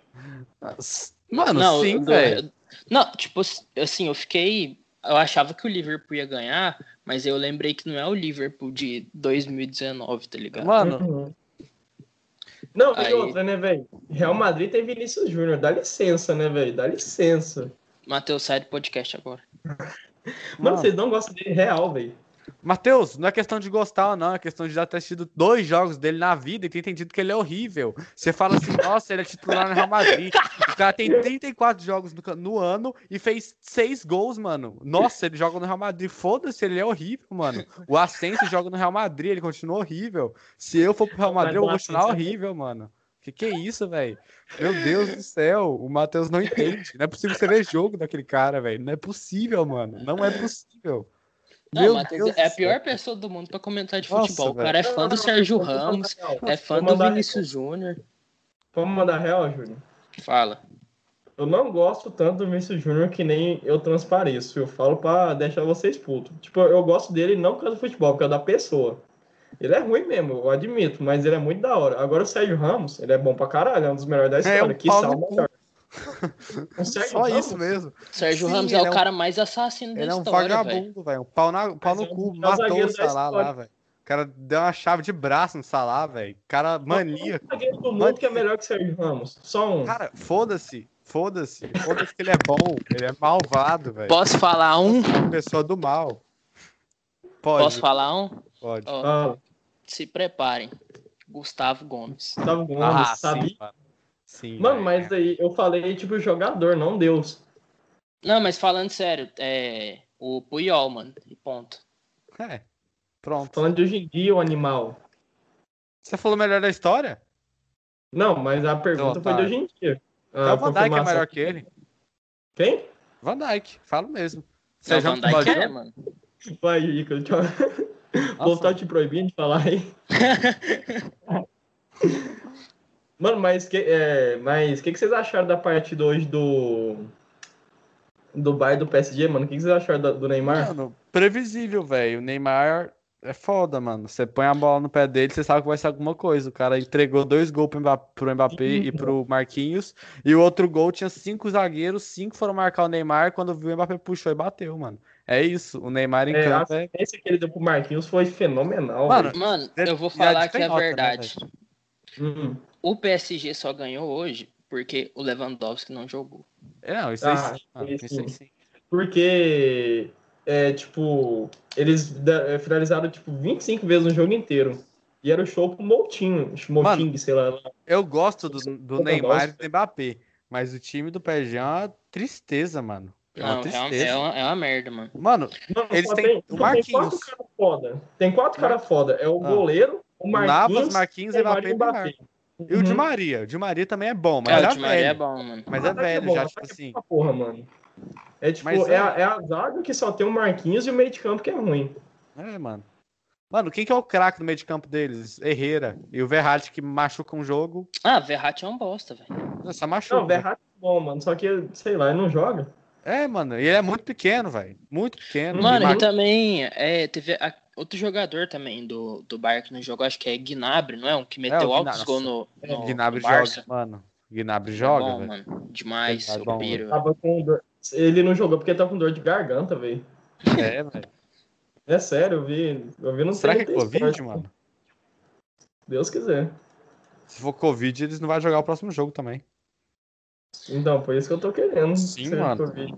Mano, sim, do- velho. Não, tipo, assim, eu fiquei. Eu achava que o Liverpool ia ganhar, mas eu lembrei que não é o Liverpool de 2019, tá ligado? Mano, Uhum. Não, e Aí- outra, né, velho? Real Madrid tem Vinícius Júnior. Dá licença, né, velho? Dá licença. Matheus, sai do podcast agora. Mano, Mano. vocês não gostam de Real, velho. Matheus, não é questão de gostar ou não, é questão de já ter assistido dois jogos dele na vida e ter entendido que ele é horrível. Você fala assim, nossa, ele é titular no Real Madrid. O cara tem 34 jogos no, ca- no ano e fez seis gols, mano. Nossa, ele joga no Real Madrid. Foda-se, ele é horrível, mano. O Ascenso joga no Real Madrid, ele continua horrível. Se eu for pro Real Madrid, eu vou Mas o continuar Asensio- é horrível, mano. Que que é isso, velho? Meu Deus do céu, o Matheus não entende. Não é possível você ver jogo daquele cara, velho. Não é possível, mano. Não é possível. Não, Meu Matheus, Deus é a do pior pessoa do mundo pra comentar de Nossa, futebol. O cara é fã do Sérgio Ramos, é fã Vou do mandar- Vinícius Júnior. Vamos mandar Real, Júnior? Fala. Eu não gosto tanto do Vinícius Júnior que nem eu transpareço. Eu falo pra deixar vocês putos. Tipo, eu gosto dele não por causa do futebol, por causa da pessoa. Ele é ruim mesmo, eu admito, mas ele é muito da hora. Agora o Sérgio Ramos, ele é bom pra caralho, é um dos melhores da história. um que pau no salva cu. melhor. O Sérgio Só Ramos, isso mesmo. Sérgio Sim, Ramos é ele é o um- cara mais assassino da Ele é um história, velho. vagabundo, velho. Um pau, na, Mas é pau no um cu, dos melhores matou o zagueiros da Salah lá, história. velho. O cara deu uma chave de braço no Salah, velho. Cara, mania. Não tem zagueiro do mundo Mania. que é melhor que o Sérgio Ramos. Só um. Cara, foda-se. Foda-se. Foda-se que ele é bom. Ele é malvado, velho. Posso falar um? Uma pessoa do mal. Pode, Posso falar um? pode. Ó, Ah, se preparem. Gustavo Gomes. Gustavo Gomes, Ah, sabia? sim, mano. Sim, é. Mano, velho. mas aí eu falei, tipo, jogador, não Deus. Não, mas falando sério, é o Puyol, mano, e ponto. É. Pronto. Falando de hoje em dia, o animal. Você falou melhor da história? Não, mas a pergunta Então, foi tá. de hoje em dia. É Ah, o Van Dijk é confirmação. melhor que ele. Quem? Van Dijk, falo mesmo. Você Não, joga Van futebol Dijk de é, jogo? mano. Vai, Igor. Tchau. O povo tá te proibindo de falar aí. Mano, mas o que, é, mas que, que vocês acharam da partida hoje do. Do Bayern do PSG, mano? O que, que vocês acharam da- do, Neymar? Mano, previsível, velho. O Neymar é foda, mano. Você põe a bola no pé dele, você sabe que vai ser alguma coisa. O cara entregou dois gols pro Mba- pro Mbappé e pro Marquinhos. E o outro gol tinha cinco zagueiros, cinco foram marcar o Neymar. Quando viu, o Mbappé puxou e bateu, mano. É isso. O Neymar em É, a campo é. assistência que ele deu pro Marquinhos foi fenomenal. Mano, Mano, eu vou Já falar de que é a canhota, né, verdade. velho. Hum. O PSG só ganhou hoje porque o Lewandowski não jogou. É, não, isso aí Ah, sim, mano. isso Isso aí sim. sim. Porque. É, tipo. Eles da- é, finalizaram, tipo, 25 vezes no jogo inteiro. E era o show pro Moutinho. Moutinho, sei lá. Eu gosto do, do Lewandowski. Neymar e do Mbappé. Mas o time do PSG é uma tristeza, mano. É uma Não, é uma, tristeza. é uma- é uma merda, mano. Mano, Mano, Eles só têm tem, só o Marquinhos. tem quatro caras foda. Tem quatro caras foda. É o Ah. goleiro, o o Marquinhos, é Navas, Marquinhos, Neymar Mbappé e e o Neymar. Mbappé. Uhum. E o Di Maria. O Di Maria também é bom, mas É, é, o Di Maria é velho. bom, mano. Mas é Ataque velho, bom, já, ataque tipo é assim. pra Porra, mano. É tipo, Mas é, é- a, é a zaga que só tem o Marquinhos e o meio de campo que é ruim. É, mano. Mano, quem que é o craque no meio de campo deles? Herrera. E o Verratti que machuca um jogo. Uhum. Ah, Verratti é um bosta, velho. Só machuca. Não, o Verratti é bom, mano. Só que, sei lá, ele não joga. É, mano, e ele é muito pequeno, velho. Muito pequeno. Mano, Mar- e também é, teve a- outro jogador também do, do Bayern que não jogou, acho que é Gnabry, não é? Um que meteu Gna- altos gols no, É, no, Gnabry no tá- Barça. joga, mano. Gnabry Tá joga, bom, velho. mano. Demais, Tá eu bom, piro. Tava com um dor- Ele não jogou porque ele tava com dor de garganta, velho. É, velho. É sério, eu vi. Eu vi no Será que é TNT Covid, Sport. mano? Deus quiser. Se for Covid, eles não vão jogar o próximo jogo também. Então, foi isso que eu tô querendo. Sim, ser mano. Covid.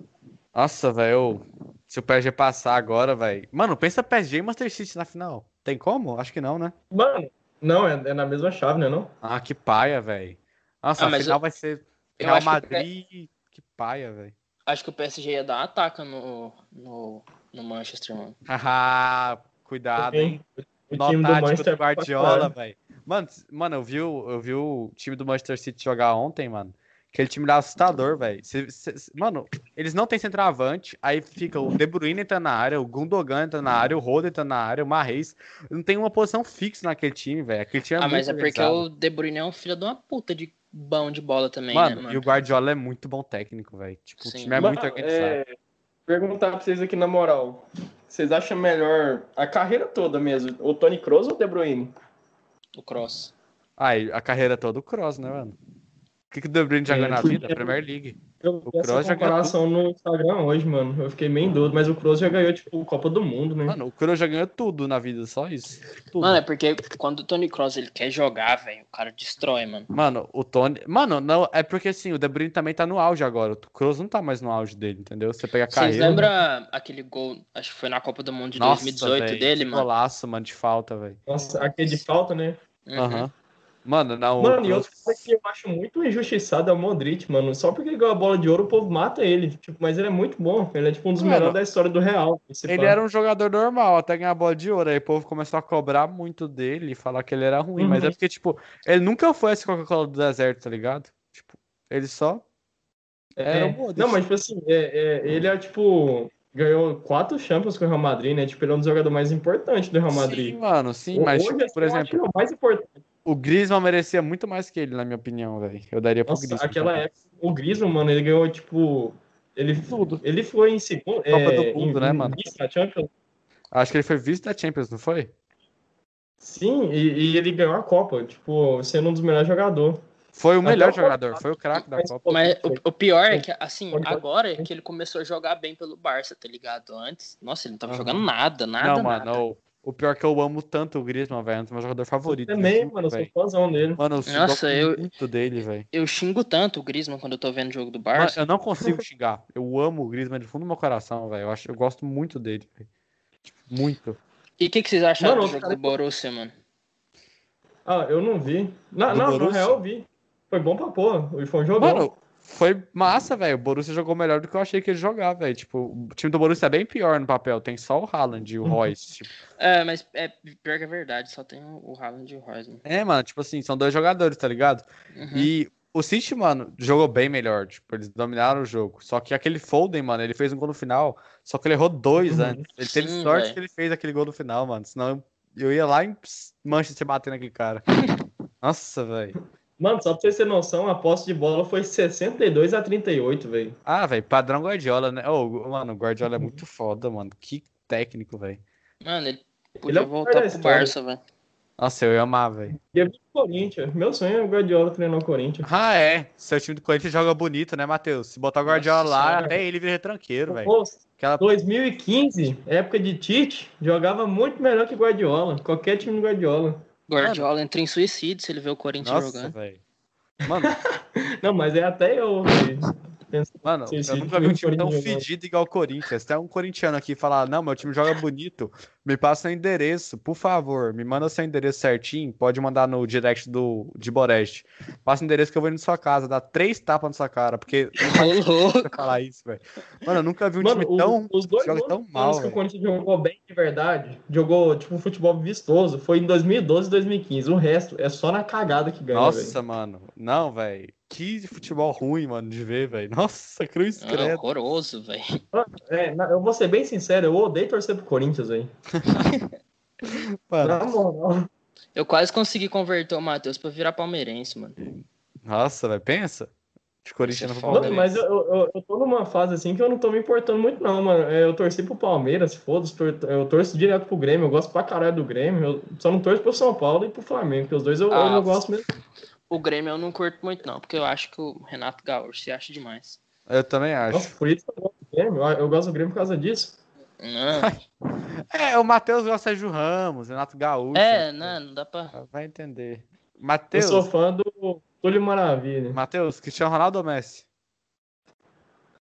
Nossa, velho. Se o PSG passar agora, velho. Mano, pensa PSG e Manchester City na final. Tem como? Acho que não, né? Mano, não, é, é na mesma chave, né? Não? Ah, que paia, velho. Nossa, Ah, a mas final eu- vai ser eu Real acho que o Pe- Madrid. Que, paia, velho. Acho que o PSG ia dar uma ataca no, no, no Manchester, mano. Haha, cuidado, hein? Tem O Nó time do tático Manchester tá do Guardiola, velho. Mano, s- mano, eu vi, o, eu vi o time do Manchester City jogar ontem, mano. Aquele time lá é assustador, velho. Cê- cê- cê- Mano, eles não têm centroavante, aí fica o De Bruyne tá na área, o Gundogan tá na área, o Roden tá na área, o Marreis. Não tem uma posição fixa naquele time, velho. Aquele time é ah, muito mas é porque organizado. o De Bruyne é um filho de uma puta de bão de bola também, Mano, né, e o mano? Guardiola é muito bom técnico, velho. Tipo, o Sim. time é muito organizado. Perguntar pra vocês aqui na moral. Vocês acham melhor a carreira toda mesmo? O Tony Kroos ou o De Bruyne? O Cross. Aí, a carreira toda o Cross, né, mano? O que, que o De Bruyne jogou É, na porque- vida? Premier League. Eu vi O essa Kroos já comparação no Instagram hoje, mano. Eu fiquei meio doido, mas o Kroos já ganhou, tipo, Copa do Mundo, né? Mano, o Kroos já ganhou tudo na vida, só isso. Tudo. Mano, é porque quando o Tony Cross ele quer jogar, velho, o cara destrói, mano. Mano, o Tony. Mano, não, é porque assim, o De Bruyne também tá no auge agora. O Kroos não tá mais no auge dele, entendeu? Você pega a Vocês carreira. lembram aquele gol, acho que foi na Copa do Mundo de 2018 véi, dele, que mano? Golaço, mano, de falta, velho. Nossa, aquele de falta, né? Uhum. Aham. Mano, não. o Mano, e Kroos- outro cara que eu acho muito injustiçado é o Modric, mano. Só porque ele ganhou a bola de ouro, o povo mata ele. Tipo, mas ele é muito bom. Ele é tipo um dos Mano, melhores da história do Real. Ele era um jogador normal, até ganhar a bola de ouro. Aí o povo começou a cobrar muito dele e falar que ele era ruim. Mas Uhum. é porque, tipo, ele nunca foi esse Coca-Cola do deserto, tá ligado? Tipo, ele só. era um Modric. Não, mas tipo assim, é, é, ele é tipo. Ganhou quatro Champions com o Real Madrid, né? Tipo, ele é um dos jogadores mais importantes do Real Sim, Madrid. mano, sim, mas, Hoje, tipo, assim, por eu acho exemplo, ele o mais importante. o Griezmann merecia muito mais que ele, na minha opinião, velho. Eu daria pro Nossa, Griezmann. tá aquela também. época, o Griezmann, mano, ele ganhou, tipo, ele, Tudo. ele foi em segundo, Copa é, do Mundo, em- né, em mano? vice na Champions. Acho que ele foi vice da Champions, não foi? Sim, e, e ele ganhou a Copa, tipo, sendo um dos melhores jogadores. Foi o Até melhor o jogador, foi o craque da Mas- tipo, Copa. Mas o, o pior é que, assim, Pode- agora é que ele começou a jogar bem pelo Barça, tá ligado? Antes, nossa, ele não tava Aham. jogando nada, nada, não, nada. mano, o, o pior é que eu amo tanto o Griezmann, velho, é um dos meus jogadores Eu favoritos. também, junto, mano, eu sou velho. fãzão dele. Mano, eu Nossa, gosto eu- muito dele, velho. Eu xingo tanto o Griezmann quando eu tô vendo o jogo do Mano, Barça. eu não consigo xingar. Eu amo o Griezmann do fundo do meu coração, velho. Eu, acho- eu gosto muito dele, velho. Tipo, muito. E o que, que vocês acharam Mano, do o jogo cara- do Borussia, mano? Ah, eu não vi. Na, Do na, na Borussia? real, eu vi. Foi bom pra porra, foi um jogão. Mano, foi massa, velho. O Borussia jogou melhor do que eu achei que ele jogava, velho. Tipo, o time do Borussia é bem pior no papel. Tem só o Haaland e o Uhum. Royce. Tipo, É, mas é pior que é verdade, só tem o o Haaland e o Reis, mano. É, mano, tipo assim, são dois jogadores, tá ligado? Uhum. E o City, mano, jogou bem melhor. Tipo, eles dominaram o jogo. Só que aquele Foden, mano, ele fez um gol no final. Só que ele errou dois Uhum. antes. Ele teve Sim, sorte véi. que ele fez aquele gol no final, mano. Senão eu ia lá em ps, Manchester bater naquele cara. Nossa, velho. Mano, só pra vocês terem noção, a posse de bola foi 62 a 38, velho. Ah, velho, padrão Guardiola, né? Ô, mano, o Guardiola é muito foda, mano. Que técnico, velho. Mano, ele Ele é podia o voltar cara pro da história. Barça, velho. Nossa, eu ia amar, velho. E eu vi o Corinthians. Meu sonho é o Guardiola treinar o Corinthians. Ah, é. Seu time do Corinthians joga bonito, né, Matheus? Se botar o Guardiola Nossa é. lá, Senhora. até ele vira retranqueiro, velho. Nossa, Aquela 2015, época de Tite, jogava muito melhor que Guardiola. Qualquer time do Guardiola. Guardiola entra em suicídio se ele vê o Corinthians Nossa, jogando. velho. Mano, Não, mas é até eu. velho. mano, Sim, né? eu sim. nunca vi um time tão Corinthians jogando. fedido igual o Corinthians. Tem um corintiano aqui falar, não, meu time joga bonito, me passa o endereço, por favor, me manda seu endereço certinho, pode mandar no direct do, de Boreste. Passa o endereço que eu vou indo na sua casa, dá três tapas na sua cara, porque não Ô, Tá louco. precisa falar isso, velho. Mano, eu nunca vi um Mano, time o- né, tão... os dois joga tão únicos mal, anos que velho. o Corinthians jogou bem de verdade, jogou tipo um futebol vistoso, foi em 2012 e 2015. O resto é só na cagada que ganha, velho. Nossa, mano. Não, velho. Que futebol ruim, mano, de ver, velho. Nossa, cruz Ah, credo. horroroso, velho. É, na- eu vou ser bem sincero, eu odeio torcer pro Corinthians, velho. Mano, Na moral. Eu quase consegui converter o Matheus pra virar palmeirense, mano. Nossa, velho, pensa. de Corinthians Isso pro é foda, Palmeiras. Mano, mas eu, eu, eu tô numa fase assim que eu não tô me importando muito, não, mano. É, Eu torci pro Palmeiras, foda-se, tor- eu torço direto pro Grêmio, eu gosto pra caralho do Grêmio, eu só não torço pro São Paulo e pro Flamengo, porque os dois eu, Ah, eu não gosto mesmo. O Grêmio eu não curto muito, não, porque eu acho que o Renato Gaúcho se acha demais. Eu também acho. Nossa, por isso que eu gosto do Grêmio, eu, eu gosto do Grêmio por causa disso. Não. É, o Matheus gosta de Sérgio Ramos, Renato Gaúcho. né? É, não, não dá pra. Vai entender. Eu Matheus, sou fã do Túlio Maravilha. Matheus, Cristiano Ronaldo ou Messi?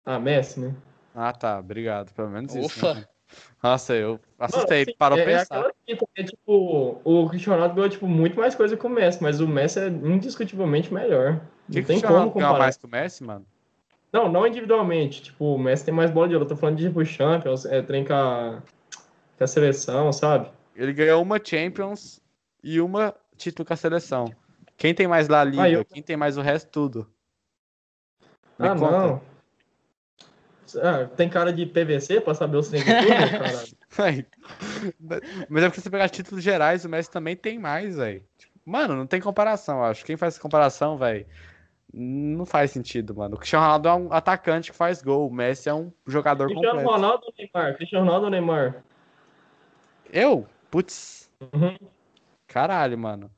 Ah, Messi, né? Ah, tá, obrigado, pelo menos isso. né? Ufa! Nossa, eu assustei, Mano, assim, parou é, pra é pensar. aquela fita, é tipo, o Cristiano Ronaldo ganhou, tipo, muito mais coisa que o Messi, mas o Messi é indiscutivelmente melhor. O Não que tem Cristiano como Ronaldo ganhou comparar. mais que o Messi, mano? Não, não individualmente. Tipo, o Messi tem mais bola de ouro. Eu tô falando de tipo Champions, é, trem com a, com a seleção, sabe? Ele ganhou uma Champions e uma título com a seleção. Quem tem mais La Liga, Ah, eu- quem tem mais o resto, tudo. Me ah, conta. não. Ah, tem cara de PVC pra saber os trem de tudo, cara. Ai. Mas é porque você pegar títulos gerais, o Messi também tem mais, velho. Mano, não tem comparação, eu acho. Quem faz essa comparação, velho, não faz sentido, mano. O Cristiano Ronaldo é um atacante que faz gol, o Messi é um jogador Cristiano completo. Ronaldo ou Neymar? Cristiano Ronaldo ou Neymar? Eu? Putz. Uhum. Caralho, mano.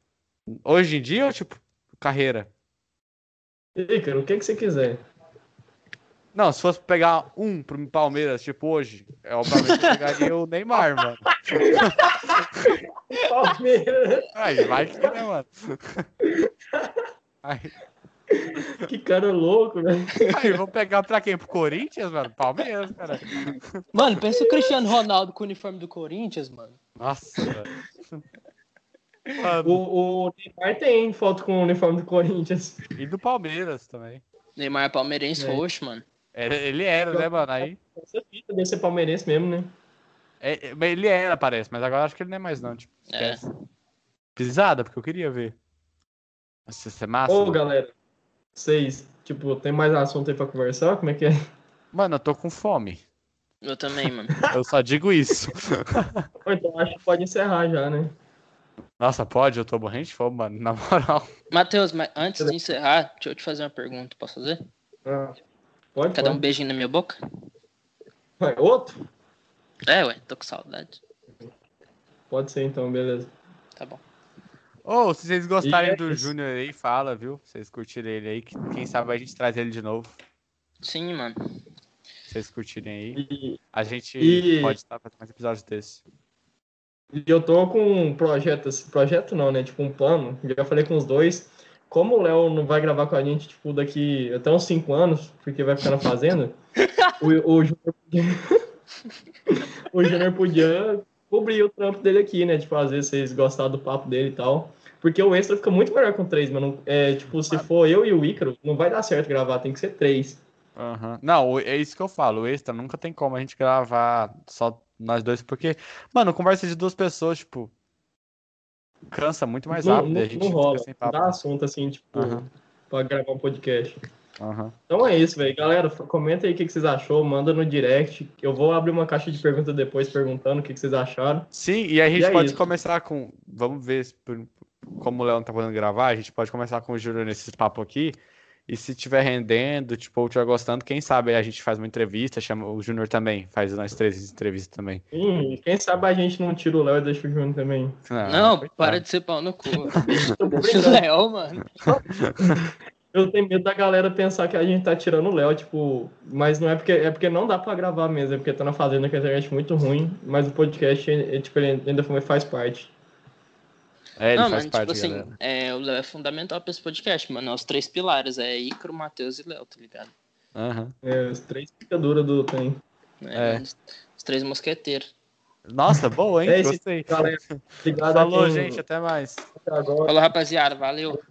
Hoje em dia, eu, tipo, carreira. Ícaro, o que, que você quiser. Não, se fosse pegar um pro Palmeiras, tipo hoje, é obviamente eu pegaria o Neymar, mano. Palmeiras, Aí, vai que né, mano. Aí, que cara louco, velho. aí, vamos pegar pra quem? Pro Corinthians, mano? Palmeiras, cara. Mano, pensa o Cristiano Ronaldo com o uniforme do Corinthians, mano. Nossa, velho. Mano, O, o Neymar tem foto com o uniforme do Corinthians. e do Palmeiras também. Neymar é palmeirense É. roxo, mano. Ele ele era, né, mano? Aí, Essa fita deve ser palmeirense mesmo, né? é- é- mas ele era, parece, mas agora acho que ele não é mais, não. Tipo, É. esquece. Pisada, porque eu queria ver. Nossa, isso é massa. Ô, mano. galera, vocês, tipo, tem mais assunto aí pra conversar? Como é que é? mano, eu tô com fome. Eu também, mano. Eu só digo isso. Ou Então acho que pode encerrar já, né? Nossa, pode? Eu tô morrendo de fome, mano. Na moral. Matheus, mas antes de encerrar, deixa eu te fazer uma pergunta. Posso fazer? Ah, pode, Quer dar um pode. beijinho na minha boca? Vai, outro? É, ué, tô com saudade. Pode ser então, beleza. Tá bom. Ou, se vocês gostarem E é do isso. Júnior aí, fala, viu? Se vocês curtirem ele aí, que- quem sabe a gente traz ele de novo. Sim, mano. Se vocês curtirem aí, E, a gente E- pode estar fazendo mais episódios desse. e eu tô com um projeto, esse projeto não, né? Tipo, um plano. Já falei com os dois. Como o Léo não vai gravar com a gente, tipo, daqui até uns 5 anos, porque vai ficar na fazenda, o, o Júnior podia... o Júnior podia cobrir o trampo dele aqui, né? Tipo, às vezes vocês gostaram do papo dele e tal. Porque o extra fica muito melhor com três, mano. É, tipo, se for eu e o Ícaro, não vai dar certo gravar, tem que ser três. Aham. Não, o- é isso que eu falo. O extra nunca tem como a gente gravar só nós dois, porque, mano, conversa de duas pessoas, tipo, cansa muito mais não, rápido. e não, a gente não rola. fica sem Não papo. dá assunto assim, tipo, Aham. pra gravar um podcast. Aham. Então é isso, velho. Galera, f- comenta aí o que, que vocês achou, manda no direct. Eu vou abrir uma caixa de perguntas depois perguntando o que, que vocês acharam. Sim, e a gente E é pode isso. começar com. Vamos ver se por- como o Léo não tá podendo gravar, a gente pode começar com o Júlio nesse papo aqui. E se tiver rendendo, tipo, ou tiver gostando, quem sabe aí a gente faz uma entrevista, chama o Júnior também, faz nós três entrevistas também. Sim, e quem sabe a gente não tira o Léo e deixa o Júnior também. Não, tá. coitado. para de ser pau no cu. Tô Bicho brincando. Léo, mano. Eu tenho medo da galera pensar que a gente tá tirando o Léo, tipo, mas não é porque é porque não dá pra gravar mesmo, é porque tá na fazenda com a internet é muito ruim, mas o podcast é, é, tipo, ele ainda faz parte. É, ele não, faz mano, parte, tipo assim, galera. é, o Léo é fundamental pra esse podcast, mano. É os três pilares, é Icaro, Matheus e Léo, tá ligado? Aham. É, os três picaduras do trem. É, É. Os, os três mosqueteiros. Nossa, boa, hein? É isso. Gostei. Galera, obrigado a Falou, quem gente, até mais. até agora. Falou, rapaziada. Valeu.